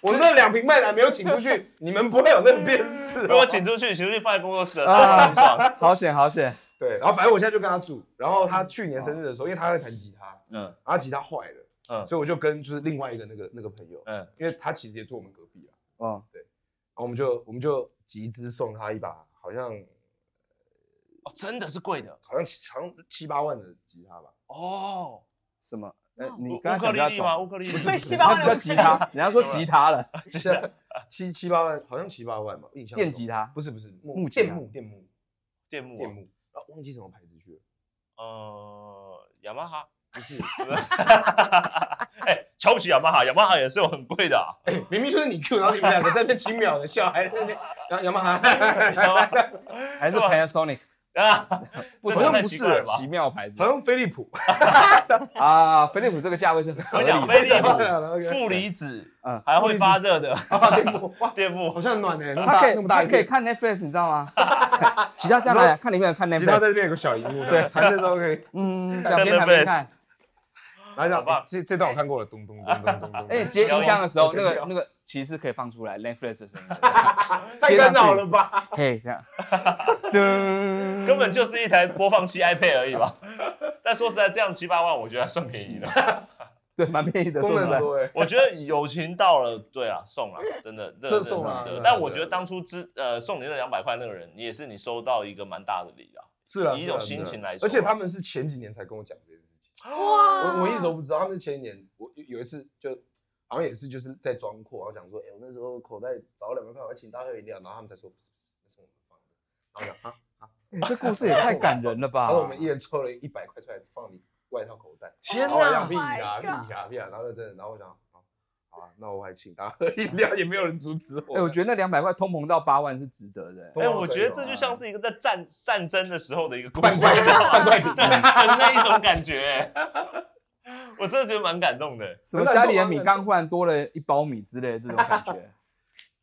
D: 我那两瓶麦奶没有请出去，你们不会有那个辨识。
C: 被我请出去，请出去放在工作室，当然
A: 啊
C: 很爽。
A: 好险好险。
D: 对，然后反正我现在就跟他住。然后他去年生日的时候，因为他在弹吉他，
C: 嗯
D: 然后他吉他坏了，
C: 嗯
D: 所以我就跟就是另外一个那个那个朋友，
C: 嗯，
D: 因为他其实也住我们隔壁啊，
A: 哦，
D: 然后我们就我们就集资送他一把，好像
C: 哦，真的是贵的
D: 好像七好像七八万的吉他吧，
C: 哦，
A: 什么？呃
B: 哦，
A: 你
C: 乌
A: 刚
C: 乌
A: 才讲
C: 克丽
A: 比较
C: 丽吗？
A: 懂，
C: 乌克丽丽
B: 不是西班牙
A: 他
B: 文
A: 比较吉他，人家说吉他了，
D: 七七八万，好像七八万吧，印象中
A: 电吉他
D: 不是不是
A: 木吉
D: 电
A: 他
D: 木电木
C: 电木
D: 电
C: 啊，
D: 木，啊，忘记什么牌子去了，
C: 呃，雅马哈。
D: 不是，
C: 哎，瞧不起雅马哈，雅马哈也是有很贵的啊。
D: 哎，明明就是你 Q，然后你们两个在那边轻秒的笑，还在那边，然后杨马哈，
A: 还是 Panasonic？
C: 啊，
A: 不
C: 那
A: 同
C: 太
A: 不
C: 奇
A: 是
C: 怪了吧
A: 奇妙牌子
D: 好像飞利浦，
A: 啊，飞利浦这个价位是很合
C: 我
A: 理的。
C: 讲飞利浦
D: 浦
C: 负离子，
A: 嗯
C: 还会发热的
D: 电木， 哇，
C: 电木
D: 好，像很暖呢，那么
A: 他可
D: 大
A: 以
D: 那么大
A: 他
D: 一
A: 可以
D: 片，
A: 看 Netflix，你知道吗？吉他这样来啊看里面看
D: 吉他
A: Netflix，
D: 在这边有个小荧幕，对，弹的时候可以，
A: 嗯，两边弹边看。
D: 来讲
C: 好棒
D: 这这段我看过了，咚咚咚 咚咚咚，
A: 而且哎接音箱的时候，
D: 我
A: 那
D: 剪
A: 个
D: 掉
A: 那个其实可以放出来 Netflix 的声音，
D: 太干扰了吧？
A: 嘿，这样，噔，
C: 根本就是一台播放器 iPad 而已吧。但说实在，这样七八万我觉得还算便宜的。
A: 对，蛮便宜的，
D: 功
A: 说实
D: 能
A: 在，
D: 多哎，
C: 我觉得友情到了，对啊，送了，真的，真的
D: 这送啊
C: 值
D: 对
C: 得
D: 啊
C: 但
D: 对
C: 我
D: 啊
C: 觉得当初之呃送你那两百块那个人，你也是你收到一个蛮大的礼啊。
D: 是啦
C: 以一
D: 是啦
C: 种
D: 是
C: 心
D: 啦
C: 情来说
D: 而且他们是前几年才跟我讲这件事情。
B: 哇
D: 我我一
C: 啊
D: 直都不知道，他们是前一年，我有一次就好像也是就是在装阔，然后讲说，哎、我那时候口袋找了两百块，我要请大家喝饮料，然后他们才说不是不是，那是我们放的。然后我讲啊，
A: 哎 这故事也太感人了吧
D: 然哦后我！们一人抽了一百块出来放你外套口袋，
C: 天
D: 然后我讲
C: 哪！，Oh
D: 屁
B: my
D: 呀屁
B: God
D: 呀屁呀，然后就真的，然后我想好，好啊，那我还请大家喝饮料，也没有人阻止我。
A: 哎，我觉得那两百块通膨到八万是值得的。
D: 通
C: 哎、
D: 常
C: 我
D: 可以
C: 觉得
D: 吧
C: 这就像是一个在战战争的时候的一个故
D: 半
C: 事，
D: 块 半块
C: 对，那一种感觉、 我真的觉得蛮感动的。
A: 什么家里的米缸忽然多了一包米之类的这种感 觉，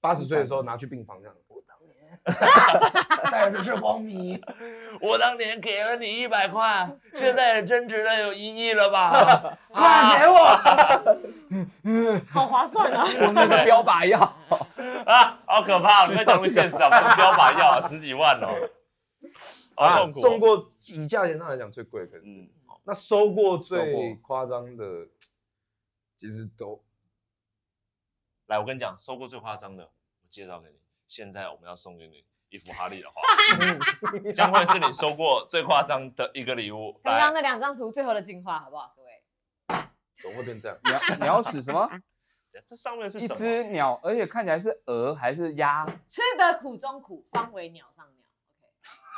D: 八十岁的时候拿去病房这样，我当年 带着这包米，
C: 我当年给了你一百块，
D: 嗯
C: 现在也增值了有一亿了吧？ 快给我
B: 好划算 啊！
A: 我那个标靶药，
C: 啊！好可怕！我们讲回现实啊，不是标靶药啊，十几 万哦，好痛苦、哦。
D: 啊送过以价钱上来讲最贵，可能
C: 嗯，
D: 那收过
A: 收
D: 最
A: 过
D: 夸张的，其实都
C: 来，我跟你讲，收过最夸张的，我介绍给你。现在我们要送给你一幅哈利的画， 将会是你收过最夸张的一个礼物。
B: 刚
C: 来
B: 刚，那两张图最后的进化，好不好，各位？
D: 总会变这样。
A: 你要你要使什么？
B: 啊
C: 这上面是
A: 一
C: 什么？
A: 只鸟，而且看起来是鹅还是鸭？
B: 吃得苦中苦，方为鸟上鸟。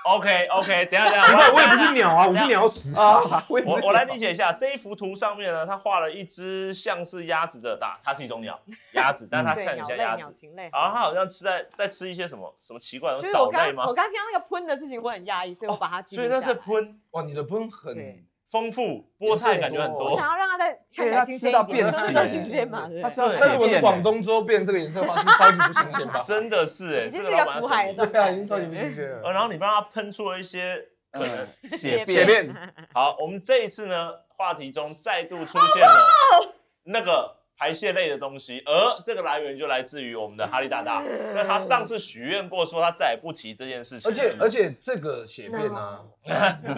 C: OK OK，等一下等一
D: 奇
C: 下，
D: 怪，
C: 要
D: 我也不是鸟啊，我是鸟屎啊！我也 不
C: 我
D: 是
C: 我来
D: 鸟
C: 理解一下这一幅图上面呢，它画了一只像是鸭子的大，它是一种鸟，鸭子，但它
B: 嗯对，
C: 看起
B: 鸟
C: 来
B: 类、
C: 像
B: 鸟
C: 鸭子。
B: 禽类。
A: 啊
C: 然后它好像吃在在吃一些什么什么奇怪的
B: 就是
C: 藻
B: 我
C: 类
B: 刚
C: 吗
B: 我？刚听到那个喷的事情，我很压抑，所以我把它 记录
C: 所以那
B: 下
C: 是
B: 来
C: 喷
D: 哇，你的喷很
B: 对
C: 丰富，菠菜感觉很
D: 我
B: 我想要
C: 多。
B: 让它再看起来新鲜一点，
A: 对它
B: 真
A: 吃到变
B: 的算
A: 形欸
B: 新鲜嘛？对
A: 它
B: 不对
A: 吃？到
C: 对？
A: 血
D: 但如果是
A: 便
D: 广
A: 呢
D: 东之后变这个颜色的话，是超级不新鲜吧
C: 真的是哎，
B: 已经
C: 这
B: 是
C: 个
B: 一
C: 老
B: 个
C: 板
B: 福海的
C: 真
B: 状
C: 的
D: 对啊，已
B: 态
D: 经。超级不新鲜
C: 呃
D: 了。
C: 然后你帮它喷出了 一些
A: 嗯，
B: 血
A: 便
B: 便
D: 便
C: 好，我们这一次呢，话题中再度
B: 哦
C: 出现了那个排泄类的东西，而这个来源就来自于我们的哈利大大。那他上次许愿过说他再也不提这件事情，
D: 而且而且这个血便啊，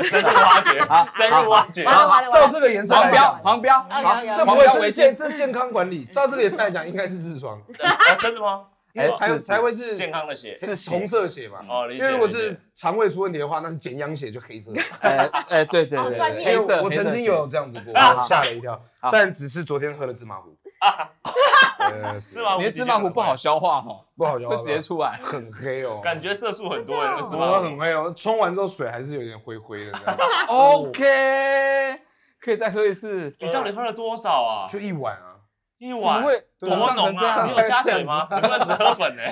C: 深入挖掘，深入挖掘。
B: 完了完了完
D: 照
B: 了！
D: 这个颜色
A: 黄
D: 来
A: 标，
D: 讲，
A: 黄标，
B: 啊
A: 好
B: 有有
D: 这不
A: 黄
D: 会
A: 标
D: 这
A: 违
D: 是
A: 禁
D: 健，这是健康管理。照这个颜色来讲，应该是痔疮，
C: 啊真的吗？
D: 因为
A: 哎
D: 才
A: 是
D: 才会是
C: 健康的血
A: 是血
D: 红色血嘛。
C: 哦，理
D: 因
C: 解。
D: 为如果
C: 理解
D: 是肠胃出问题的话，那是减氧血就黑色的。
A: 哎哎，对对
B: 好
A: 对，
B: 啊专
A: 对
B: 业
A: 黑
D: 因为
A: 色，
D: 我
A: 黑
D: 曾
A: 色
D: 经
A: 血
D: 有这样子过，
A: 啊
D: 我吓了一跳
A: 好，
D: 但只是昨天喝了芝麻 糊。呃
C: 芝麻糊
A: 你的 芝麻糊不好消化哦，
D: 不好笑，
A: 会直接出 来。
D: 很黑哦，
C: 感觉色素很多，那个芝
D: 怎
C: 麻
D: 么
C: 糊
D: 很黑哦？冲完之后水还是有点灰灰的这样，
A: OK，可以再喝一次。
C: 你到底喝了多少啊？
D: 就一碗啊。
C: 一
A: 怎么
C: 碗。
A: 会
C: 多
A: 膨胀
C: 浓
A: 成这
C: 啊！
A: 样
C: 你？有加水吗？你不能只喝粉哎。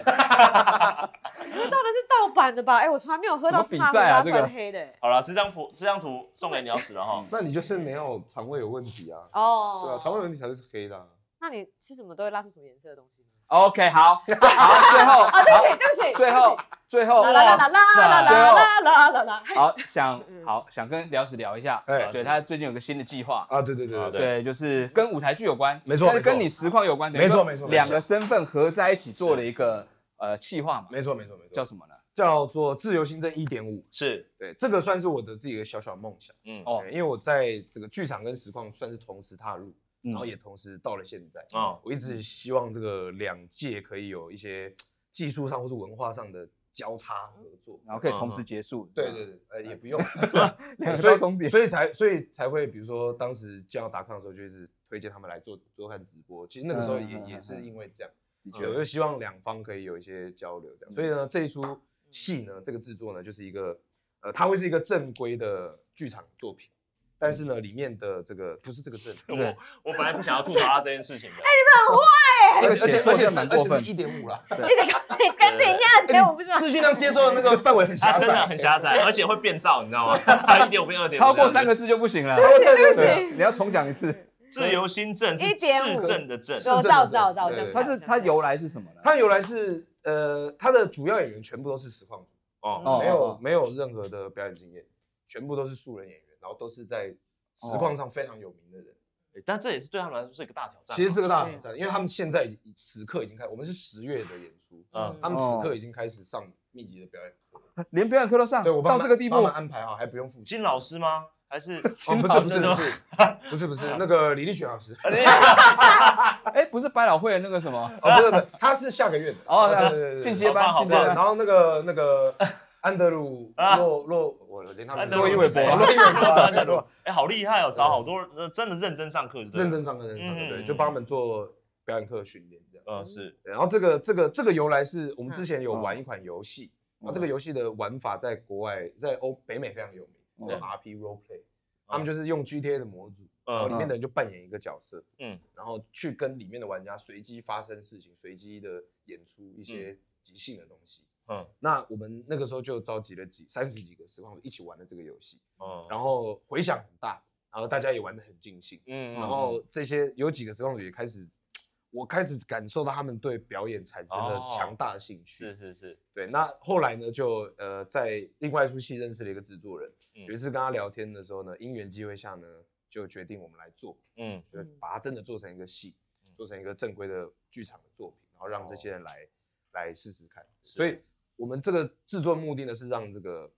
B: 你到的是盗版的吧？哎，我从来没有喝到
A: 什
B: 芝
A: 么
B: 麻
A: 比
B: 糊
A: 赛啊
B: 搭
A: 这个
B: 粉黑的。欸
C: 好了，这张图这张图送给你要死了哈。
D: 那你就是没有肠胃有问题啊，对啊，肠胃
B: 哦，
D: 有问题才会是黑的啊。
B: 那你吃什么都会拉出什么颜色的东西吗？
A: OK，好，好，最 后，
B: 啊，对不
A: 好，
B: 起，对不起，
A: 最后，最后，
B: 啦啦啦啦啦
A: 最后，
B: 啦啦啦啦啦！
A: 好想好想跟聊史聊一下，
D: 哎
A: 对他最近有个新的计划。
D: 啊，对对对
C: 啊
D: 对对，
A: 对，就是跟舞台剧有关，
D: 没错
A: 但是跟
D: 没错
A: 你实况有关，等于
D: 没错
A: 说
D: 没错没
A: 两
D: 错
A: 个身份合在一起做了一个呃企划嘛，
D: 没错没错没错，
A: 叫
D: 叫
A: 什么呢？
D: 叫做自由新政一点五。
C: 是，
D: 对，这个算是我的自己的小小梦想。
C: 嗯，
A: 哦
D: 对因为我在这个剧场跟实况算是同时踏入，
A: 嗯
D: 然哦后也同时到了现在。
C: 哦
D: 我一直希望这个两界可以有一些技术上或是文化上的交叉合作。
A: 然后可以同时结束。
D: 嗯对对，对，呃，也不用，
A: 两个
D: 所
A: 到
D: 以
A: 终点。
D: 所以才所以才会，比如说当时这样达康的时候，就一直推荐他们来做做看直播。其实那个时候
A: 嗯
D: 也、
A: 嗯嗯
D: 也是因为这样，
A: 的嗯
D: 对，我就希望两方可以有一些交流，这样。所以呢，这一出戏呢，这个制作呢，就是一个呃，它会是一个正规的剧场作品，但是呢，里面的这个不是这个正，
C: 我我本来不想要吐槽他这件事情的，
A: 这个写
D: 而且而且
A: 错
D: 而
A: 真
D: 且
A: 的
D: 是
A: 蛮
D: 而
A: 过
D: 且
A: 分
D: 是一点五啦，
B: 你得跟你跟自己念，给我不知道。
D: 资讯量接受的那个范围 很
C: 他
D: 狭
C: 真的
D: 窄，
C: 很狭窄，而且会变造，你知道吗？一点五变二点，
A: 超过三个字就不行了，
D: 对
A: 对
D: 对对，
A: 你要重讲一次。
C: 自由新政是
B: 1.5
C: 市政的政，
B: 有照照照相，
D: 对
A: 它是它由来是什么呢？
D: 它由来是呃，它的主要演员全部都是实况组
C: 哦，
A: 哦
D: 没有
A: 哦
D: 没有任何的表演经验，全部都是素人演员，然后都是在实
A: 哦
D: 况上非常有名的人。
C: 但这也是对他们来说是一个大
A: 哦
C: 挑战嘛。
D: 其实是个大挑战，因为他们现在已经此刻已经开，我们是十月的演出，
A: 哦
C: 嗯
D: 他们此刻已经开始上密集的表演。
A: 连表演课都上，
D: 对我帮
A: 啊到
D: 他
A: 这个地
D: 帮
A: 步
D: 他们，安排好，还不用付 钱。
C: 金老师吗？还 是
D: 哦，不是不是不是不是不是那个李立群 老师，哦
A: 哎，不是百老汇的那个什 么？
D: 不是不是，他是下个月的
A: 哦
D: 对对对对，
A: 进
D: 对
A: 阶班，
C: 好
A: 进
D: 对，
A: 阶
C: 棒
A: 班
D: 然。后那个那个安 德鲁洛洛，我连他们
C: 安德鲁是谁
D: 洛伊韦伯，
C: 安
D: 安
C: 德
D: 德
C: 鲁
D: 鲁
C: 哎，好厉害哦，找好多人，呃真的认真上课，
D: 嗯认，真上课认真上
C: 嗯
D: 课，对，就帮他们做表演课训练这样。
C: 呃，是
D: 对然后这个这个这个由来是我们之前有玩一款游戏，
C: 嗯
D: 然后这个游戏的玩法在国外在欧北美非常有名，叫
A: 嗯
D: RP Role Play。他们就是用 GTA 的模组，
C: 嗯
D: 然后里面的人就扮演一个角色，
C: 嗯
D: 嗯，然后去跟里面的玩家随机发生事情，随机的演出一些即兴的东西，
C: 嗯
D: 嗯。那我们那个时候就召集了几三十几个实况组一起玩了这个游戏，
C: 嗯，
D: 然后回响很大，然后大家也玩得很尽兴。
C: 嗯
D: 然后这些有几个实况组也开始，我开始感受到他们对表演产生了强大的兴趣。
C: 哦是是是，
D: 对，那后来呢，就呃在另外一出戏认识了一个制作人，
C: 嗯
D: 有一次跟他聊天的时候呢，因缘机会下呢，就决定我们来做，
C: 嗯
D: 就
B: 嗯
D: 把它真的做成一个戏，
C: 嗯哦
D: 做成一个正规的剧场的作品，然后让这些人来、来试试看。
C: 是
D: 所以我们这个制作目的呢，是让这个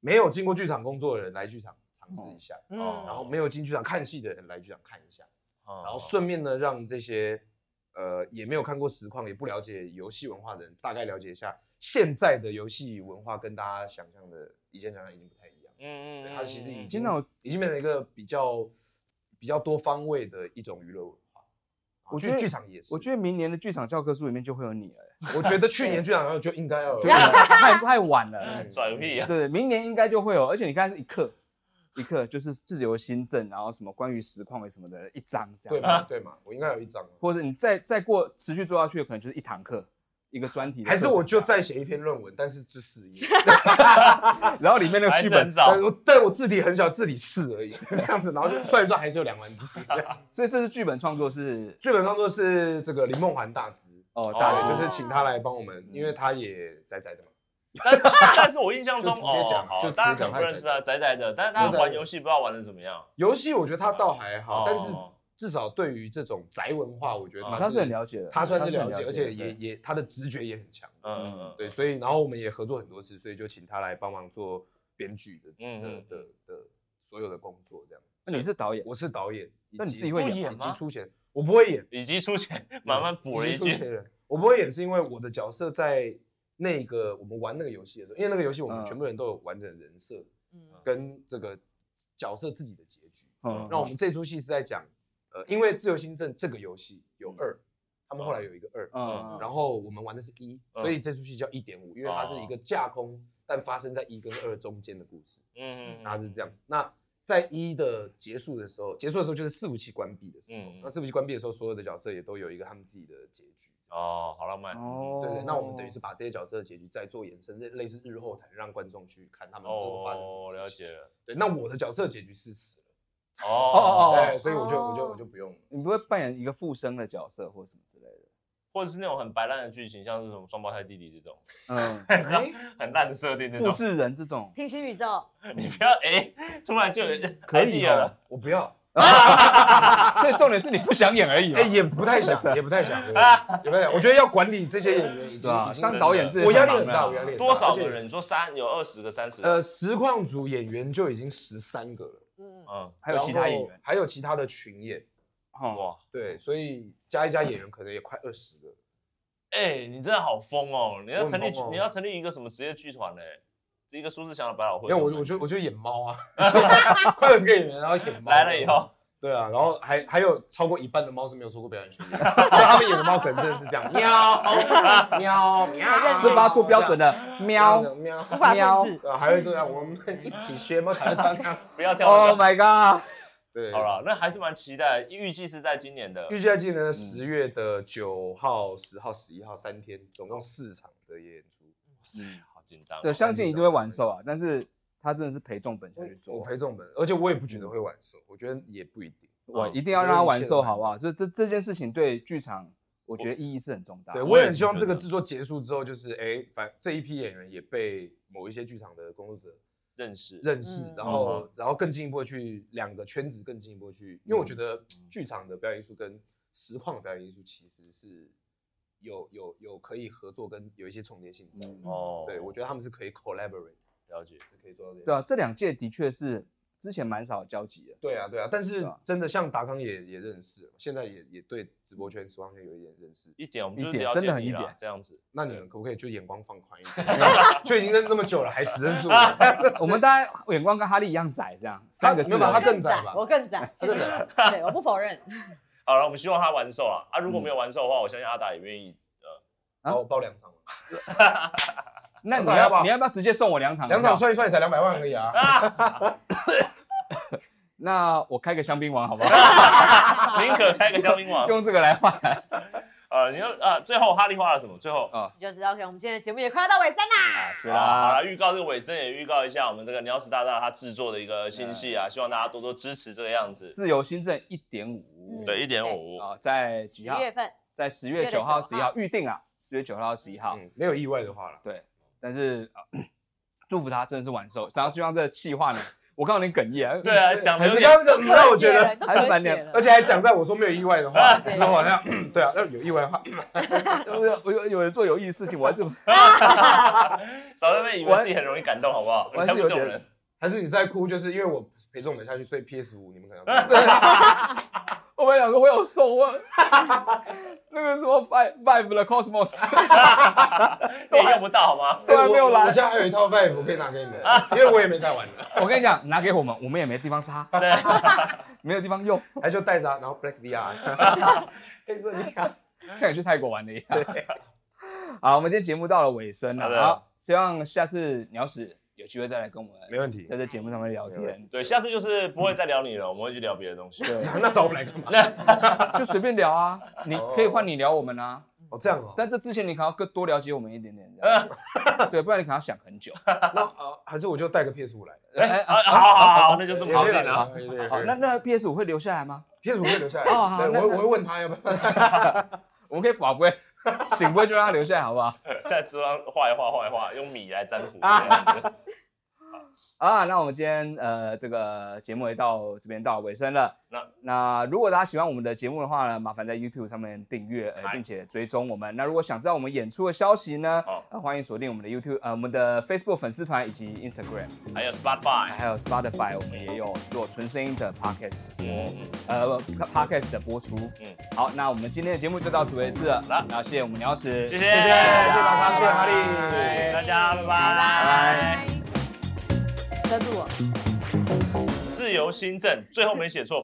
D: 没有经过剧场工作的人来剧场尝试一下，
B: 嗯
C: 哦
D: 然后没有进剧场看戏的人来剧场看一下。
C: 然
D: 然后顺便呢，让这些呃也没有看过实况、也不了解游戏文化的人，大概了解一下现在的游戏文化跟大家想象的以前想象已经不太一样。
C: 嗯
D: 对它其实已
A: 真
D: 经
A: 的我
D: 已经变成一个比较比较多方位的一种娱乐文化。
A: 我
D: 我
A: 觉
D: 觉
A: 得
D: 得剧场也是，
A: 我觉得明年的剧场教科书里面就会有你了，
D: 我觉得去年剧场就应该要 有
A: 对，啊太太晚了。
C: 拽屁啊，
A: 对，明年应该就会有，而且你看是一课一课，就是自由新政，然后什么关于实况什么的，一章这
D: 对
A: 样。
D: 嘛对嘛，我应该有一张啊。
A: 或者你再再过持续做下去，可能就是一堂课，一个专题的啊
D: 还
A: 课程
D: 是
A: 这样。
D: 我就再写一篇论文，但是只死 一，
A: 然后里面那个
C: 还
A: 剧
C: 是
A: 本
C: 很少，
D: 但我但我字体很小，字体四而已， 这样子，然 后就算一算还是有两万字这样。
A: 所以这次剧本创作是
D: 剧本创作是这个林梦环大直，
A: 哦，
C: 哦
A: 大
D: 对，
A: 致
D: 就是请他来帮我
A: 嗯
D: 们，因为他也宅宅的嘛。
C: 但但是我印象中
D: 就直接
C: 哦
D: 讲，就
C: 好
D: 直接
C: 大家可能
D: 讲
C: 不认识他，宅宅的，但是他玩游戏不知道玩的怎么样，
D: 游戏我觉得他倒还
C: 哦
D: 好，但是至少对于这种宅文化，我觉得
C: 哦
D: 他
A: 他是
D: 是
A: 很了解的，
D: 他算是了
A: 解
D: 解，
A: 的，
D: 而且也
A: 对
D: 也他的直觉也很强。
C: 嗯嗯
D: 对，所以然后我们也合作很多次，所以就请他来帮忙做编剧的
C: 嗯
D: 的
C: 嗯
D: 的的所有的工作这样。
A: 那你是导演，
D: 我是导演，以
A: 那你
D: 及
A: 自己会
C: 不
A: 演
C: 演
D: 以
C: 吗
D: 及？出钱，我不会演，
C: 以及出钱慢慢补了一
D: 已经出
C: 句，
D: 钱了我不会演是因为我的角色在那个我们玩那个游戏的时候，因为那个游戏我们
A: 嗯
D: 全部人都有完整的人设
B: 嗯
D: 跟这个角色自己的结局。
A: 嗯
D: 那我们这出戏是在讲，呃，因为自由新政这个游戏有二，他们后来有一个二，
A: 嗯
D: 然后我们玩的是一，
C: 嗯哦
D: 所以这出戏叫一点五，因为它是一个架空但发生在一跟二中间的故事，
C: 嗯
D: 它是这样。那在一的结束的时候，结束的时候就是伺服器关闭的时候，
C: 嗯
D: 那伺服器关闭的时候，所有的角色也都有一个他们自己的结局。
C: 哦，好浪漫
A: 哦，
D: 对对，那我们等于是把这些角色的结局再做延伸，类类似日后谈，让观众去看他们之后发生什么
C: 哦，
D: 事情。
C: 了解。了，
D: 对，那我的角色结局是死
C: 哦
D: 了，
A: 哦
D: 哎，所以我就我就我就不 用了。
A: 你不会扮演一个附身的角色或什么之类的，
C: 或者是那种很白烂的剧情，像是什么双胞胎弟弟这种
D: 哎
C: 哎
A: 嗯，
C: 很烂的设定，这
A: 复
C: 种
A: 制人这种
B: 平行宇宙，
C: 你不要哎，突然就有
A: 嗯可以
C: idea 了
A: 哦，
D: 我不要，
A: 所以重点是你不想演而已哦嘛
D: 哎，，也不 太想，也不太想，也不太想。我觉得要管理这些演员已
A: 对
D: 经
A: 吧
D: 已？经
A: 当导演这
D: 我压力很大，我压力很大。
C: 多少个
D: 而且？
C: 人？你说三有二十个、三十个，
D: 呃，实况组演员就已经十三个了，
B: 嗯，
C: 嗯，
A: 还有其他演
D: 然
A: 员
D: 后，还有其他的群演，
A: 哦，
C: 哇，
D: 对，所以加一加演员可能也快二十个。
C: 哎，你真的好疯哦！你要
D: 我很
C: 成立
D: 疯哦
C: 你要成立一个什么职业剧团嘞？一个苏志祥的百老汇
D: 因为
C: 什么
D: 我
C: 的，
D: 就我就我就演猫 啊，快乐是个演员，然后演猫
C: 来了以后，
D: 对啊，然后还还有超过一半的猫是没有受过表演训练，所以他们演的猫可能真的是这样， 喵喵喵，
A: 是吧？做标准的喵
D: 喵喵，
B: 无法
A: 喵
B: 控制。
D: 呃，还会说啊我们一起 学猫跳跳跳，
C: 不要跳那
A: ，Oh
C: 个。
A: my god！
D: 对，
C: 好。了，那还是蛮期待，预计是在今年的。
D: 预计在今年
C: 嗯
D: 十月的九号、十号、十一号三天，总共四场的演出。
C: 嗯，好紧张哦。
A: 对，相信一定会完售啊，但是他真的是陪重本下去
D: 我
A: 做啊，
D: 陪这种人，而且我也不觉得会晚售，我觉得也不一定。
A: 我
C: 嗯
A: 一定要让他完售，好不好？这这这件事情对剧场，我觉得意义是很重大的
D: 对，。
C: 啊我
D: 我
C: 也
D: 也很希望
C: 觉
D: 这个
C: 得
D: 制作结束之后，就是哎，反这一批演员也被某一些剧场的工作者
C: 认识。
D: 认识，
B: 嗯
D: 然后、然后更进一步地去两个圈子更进一步地
C: 嗯
D: 去，因为我觉得剧场的表演艺术跟实况的表演艺术其实是有有有可以合作跟有一些重叠性在的。
A: 嗯
C: 哦，
D: 对，我觉得他们是可以 collaborate，
C: 了解。
D: 是可以做到这件事
A: 对啊，这两届的确是之前蛮少交集的。
D: 对啊，对啊，但是
A: 对啊
D: 真的像达康也也认识了，现在也也对直播圈、实况圈有一点认识。
C: 一点，我们
A: 一
C: 就是
A: 点
C: 了
A: 真的
C: 解
A: 很
C: 你
A: 一
C: 啦
A: 点，
C: 这样子。
D: 那你们可不可以就眼光放宽一点？ 就已经认识这么久了，还只认 识我？
A: 我们大家眼光跟哈利一样窄，这样
D: 他
A: 三个字
D: 没有吧他
A: 而已。
D: 更窄吧
B: 我更窄，谢谢
D: 他更。
B: 对，我不否认。
C: 好了，我们希望他完售啊！啊，如
A: 嗯
C: 果没有完售的话，我相信阿达也愿意。
A: 啊
D: 然后包两场，
A: 那你
D: 我要不
A: 要
D: 要
A: 你要不要直接送我两场？
D: 两场。算一算也才两百万而已啊！
A: 那我开个香槟王好不好？
C: 宁可开个香槟网。
A: 用这个来换。
C: 呃，你要啊，最后哈利画了什么？最后
B: 你就知道，OK，我们今天的节目也快要到尾声啦。
A: 是
C: 啊，好
A: 啦
C: 了，，预告这个尾声也预告一下我们这个《鸟屎大大》他制作的一个新戏啊，希望大家多多支持这个样子。
A: 自由新政一点五
B: 嗯。
C: 对，一点五，
A: 啊，在
B: 十
A: 几号？
B: 月份，
A: 在十
B: 10月
A: 月
B: 的
A: 九号、
B: 9
A: 十一号预定啊，十月九号、十一号。
D: 嗯，没有意外的话了，
A: 对，但是、呃 祝福他真的是晚寿，然后希望这个气话呢，我告诉你哽咽，
C: 对，啊，讲的
D: 还
C: 有
D: 是
C: 点
D: 刚刚那个嗯让我
B: 都
D: 觉得，
B: 可
A: 还是蛮
B: 写了
D: 而且还讲在我说没有意外的
A: 啊
D: 话之后，好像对啊，要有意外的话，
A: 我 有我有有人做有意义的事情，我还是
C: 少在那边以为自己很容易感动，好不好？
A: 我
C: 你
A: 还
C: 才
A: 是
C: 不是这种人。
D: 还是你是在哭，就是因为我陪着我们下去，所以 PS 五你们可 能要
A: 啊
D: 对
A: 我本来想说我有送我那个什么 Vive Vive 的 Cosmos，
C: 也用不到好吗？
A: 都还没有来
D: 我我家还有一套 Vive 可以拿给你们，因为我也没带 完呢，
A: 我跟你讲，拿给我们，我们也没地方插，
C: 对，
A: 没有地方用，
D: 还就带着啊，然后 Black VR，黑色 VR，
A: 像你去泰国玩的 一样。好，我们今天节目到了尾声
C: 好的
A: 了，好，希望下次鸟屎有机会再来跟我们
D: 问题
A: 在这节目上面聊
D: 没问
A: 天，
C: 对，下次就是不会再聊你了，我们会去聊别的东西。
A: 对，
D: 那找我们来干嘛？
A: 就随便聊 啊，你可以换你聊我们啊。
D: 哦，这样哦。
A: 但这之前你可能要更多了解我们一点点，这 样对，不然你可能要想很久。
D: 那呃，还是我就带个 PS 五来。
A: 哎
C: 啊，好好好，那就这么
D: 好
C: 搞定了。
D: 哎
A: 好，那那 PS 五会留下来吗？
D: PS 五会留下来。
A: 哦好
D: 对
A: 那
D: 我
A: 那
D: 我会问他要不要。
A: 我们可以把 不会，醒不会就让它留下来，好不好？
C: 在桌上画一画，画一画，用米来占卜。这样子
A: 啊，那我们今天呃这个节目也到这边到尾声了。
C: 那
A: 那如果大家喜欢我们的节目的话呢，麻烦在 YouTube 上面订阅，呃
C: 嗨，
A: 并且追踪我们。那如果想知道我们演出的消息呢
C: 好，
A: 呃，欢迎锁定我们的 YouTube 呃我们的 Facebook 粉丝团以及 Instagram，
C: 还有 Spotify，
A: 还有 Spotify，我们也有做纯声音的 Podcast 播
C: 嗯嗯
A: 呃 Podcast 的播出。
C: 嗯，
A: 好，那我们今天的节目就到此为止了。
C: 好
A: 那谢谢我们鸟屎，
C: 谢谢，
A: 谢
C: 谢
A: 谢
D: 老
A: 大
D: 康
A: 家，
D: 谢谢哈利
C: 大家拜
B: 拜
C: 拜。
D: 哎
B: 遮住我。
C: 自由新政，最后没写错，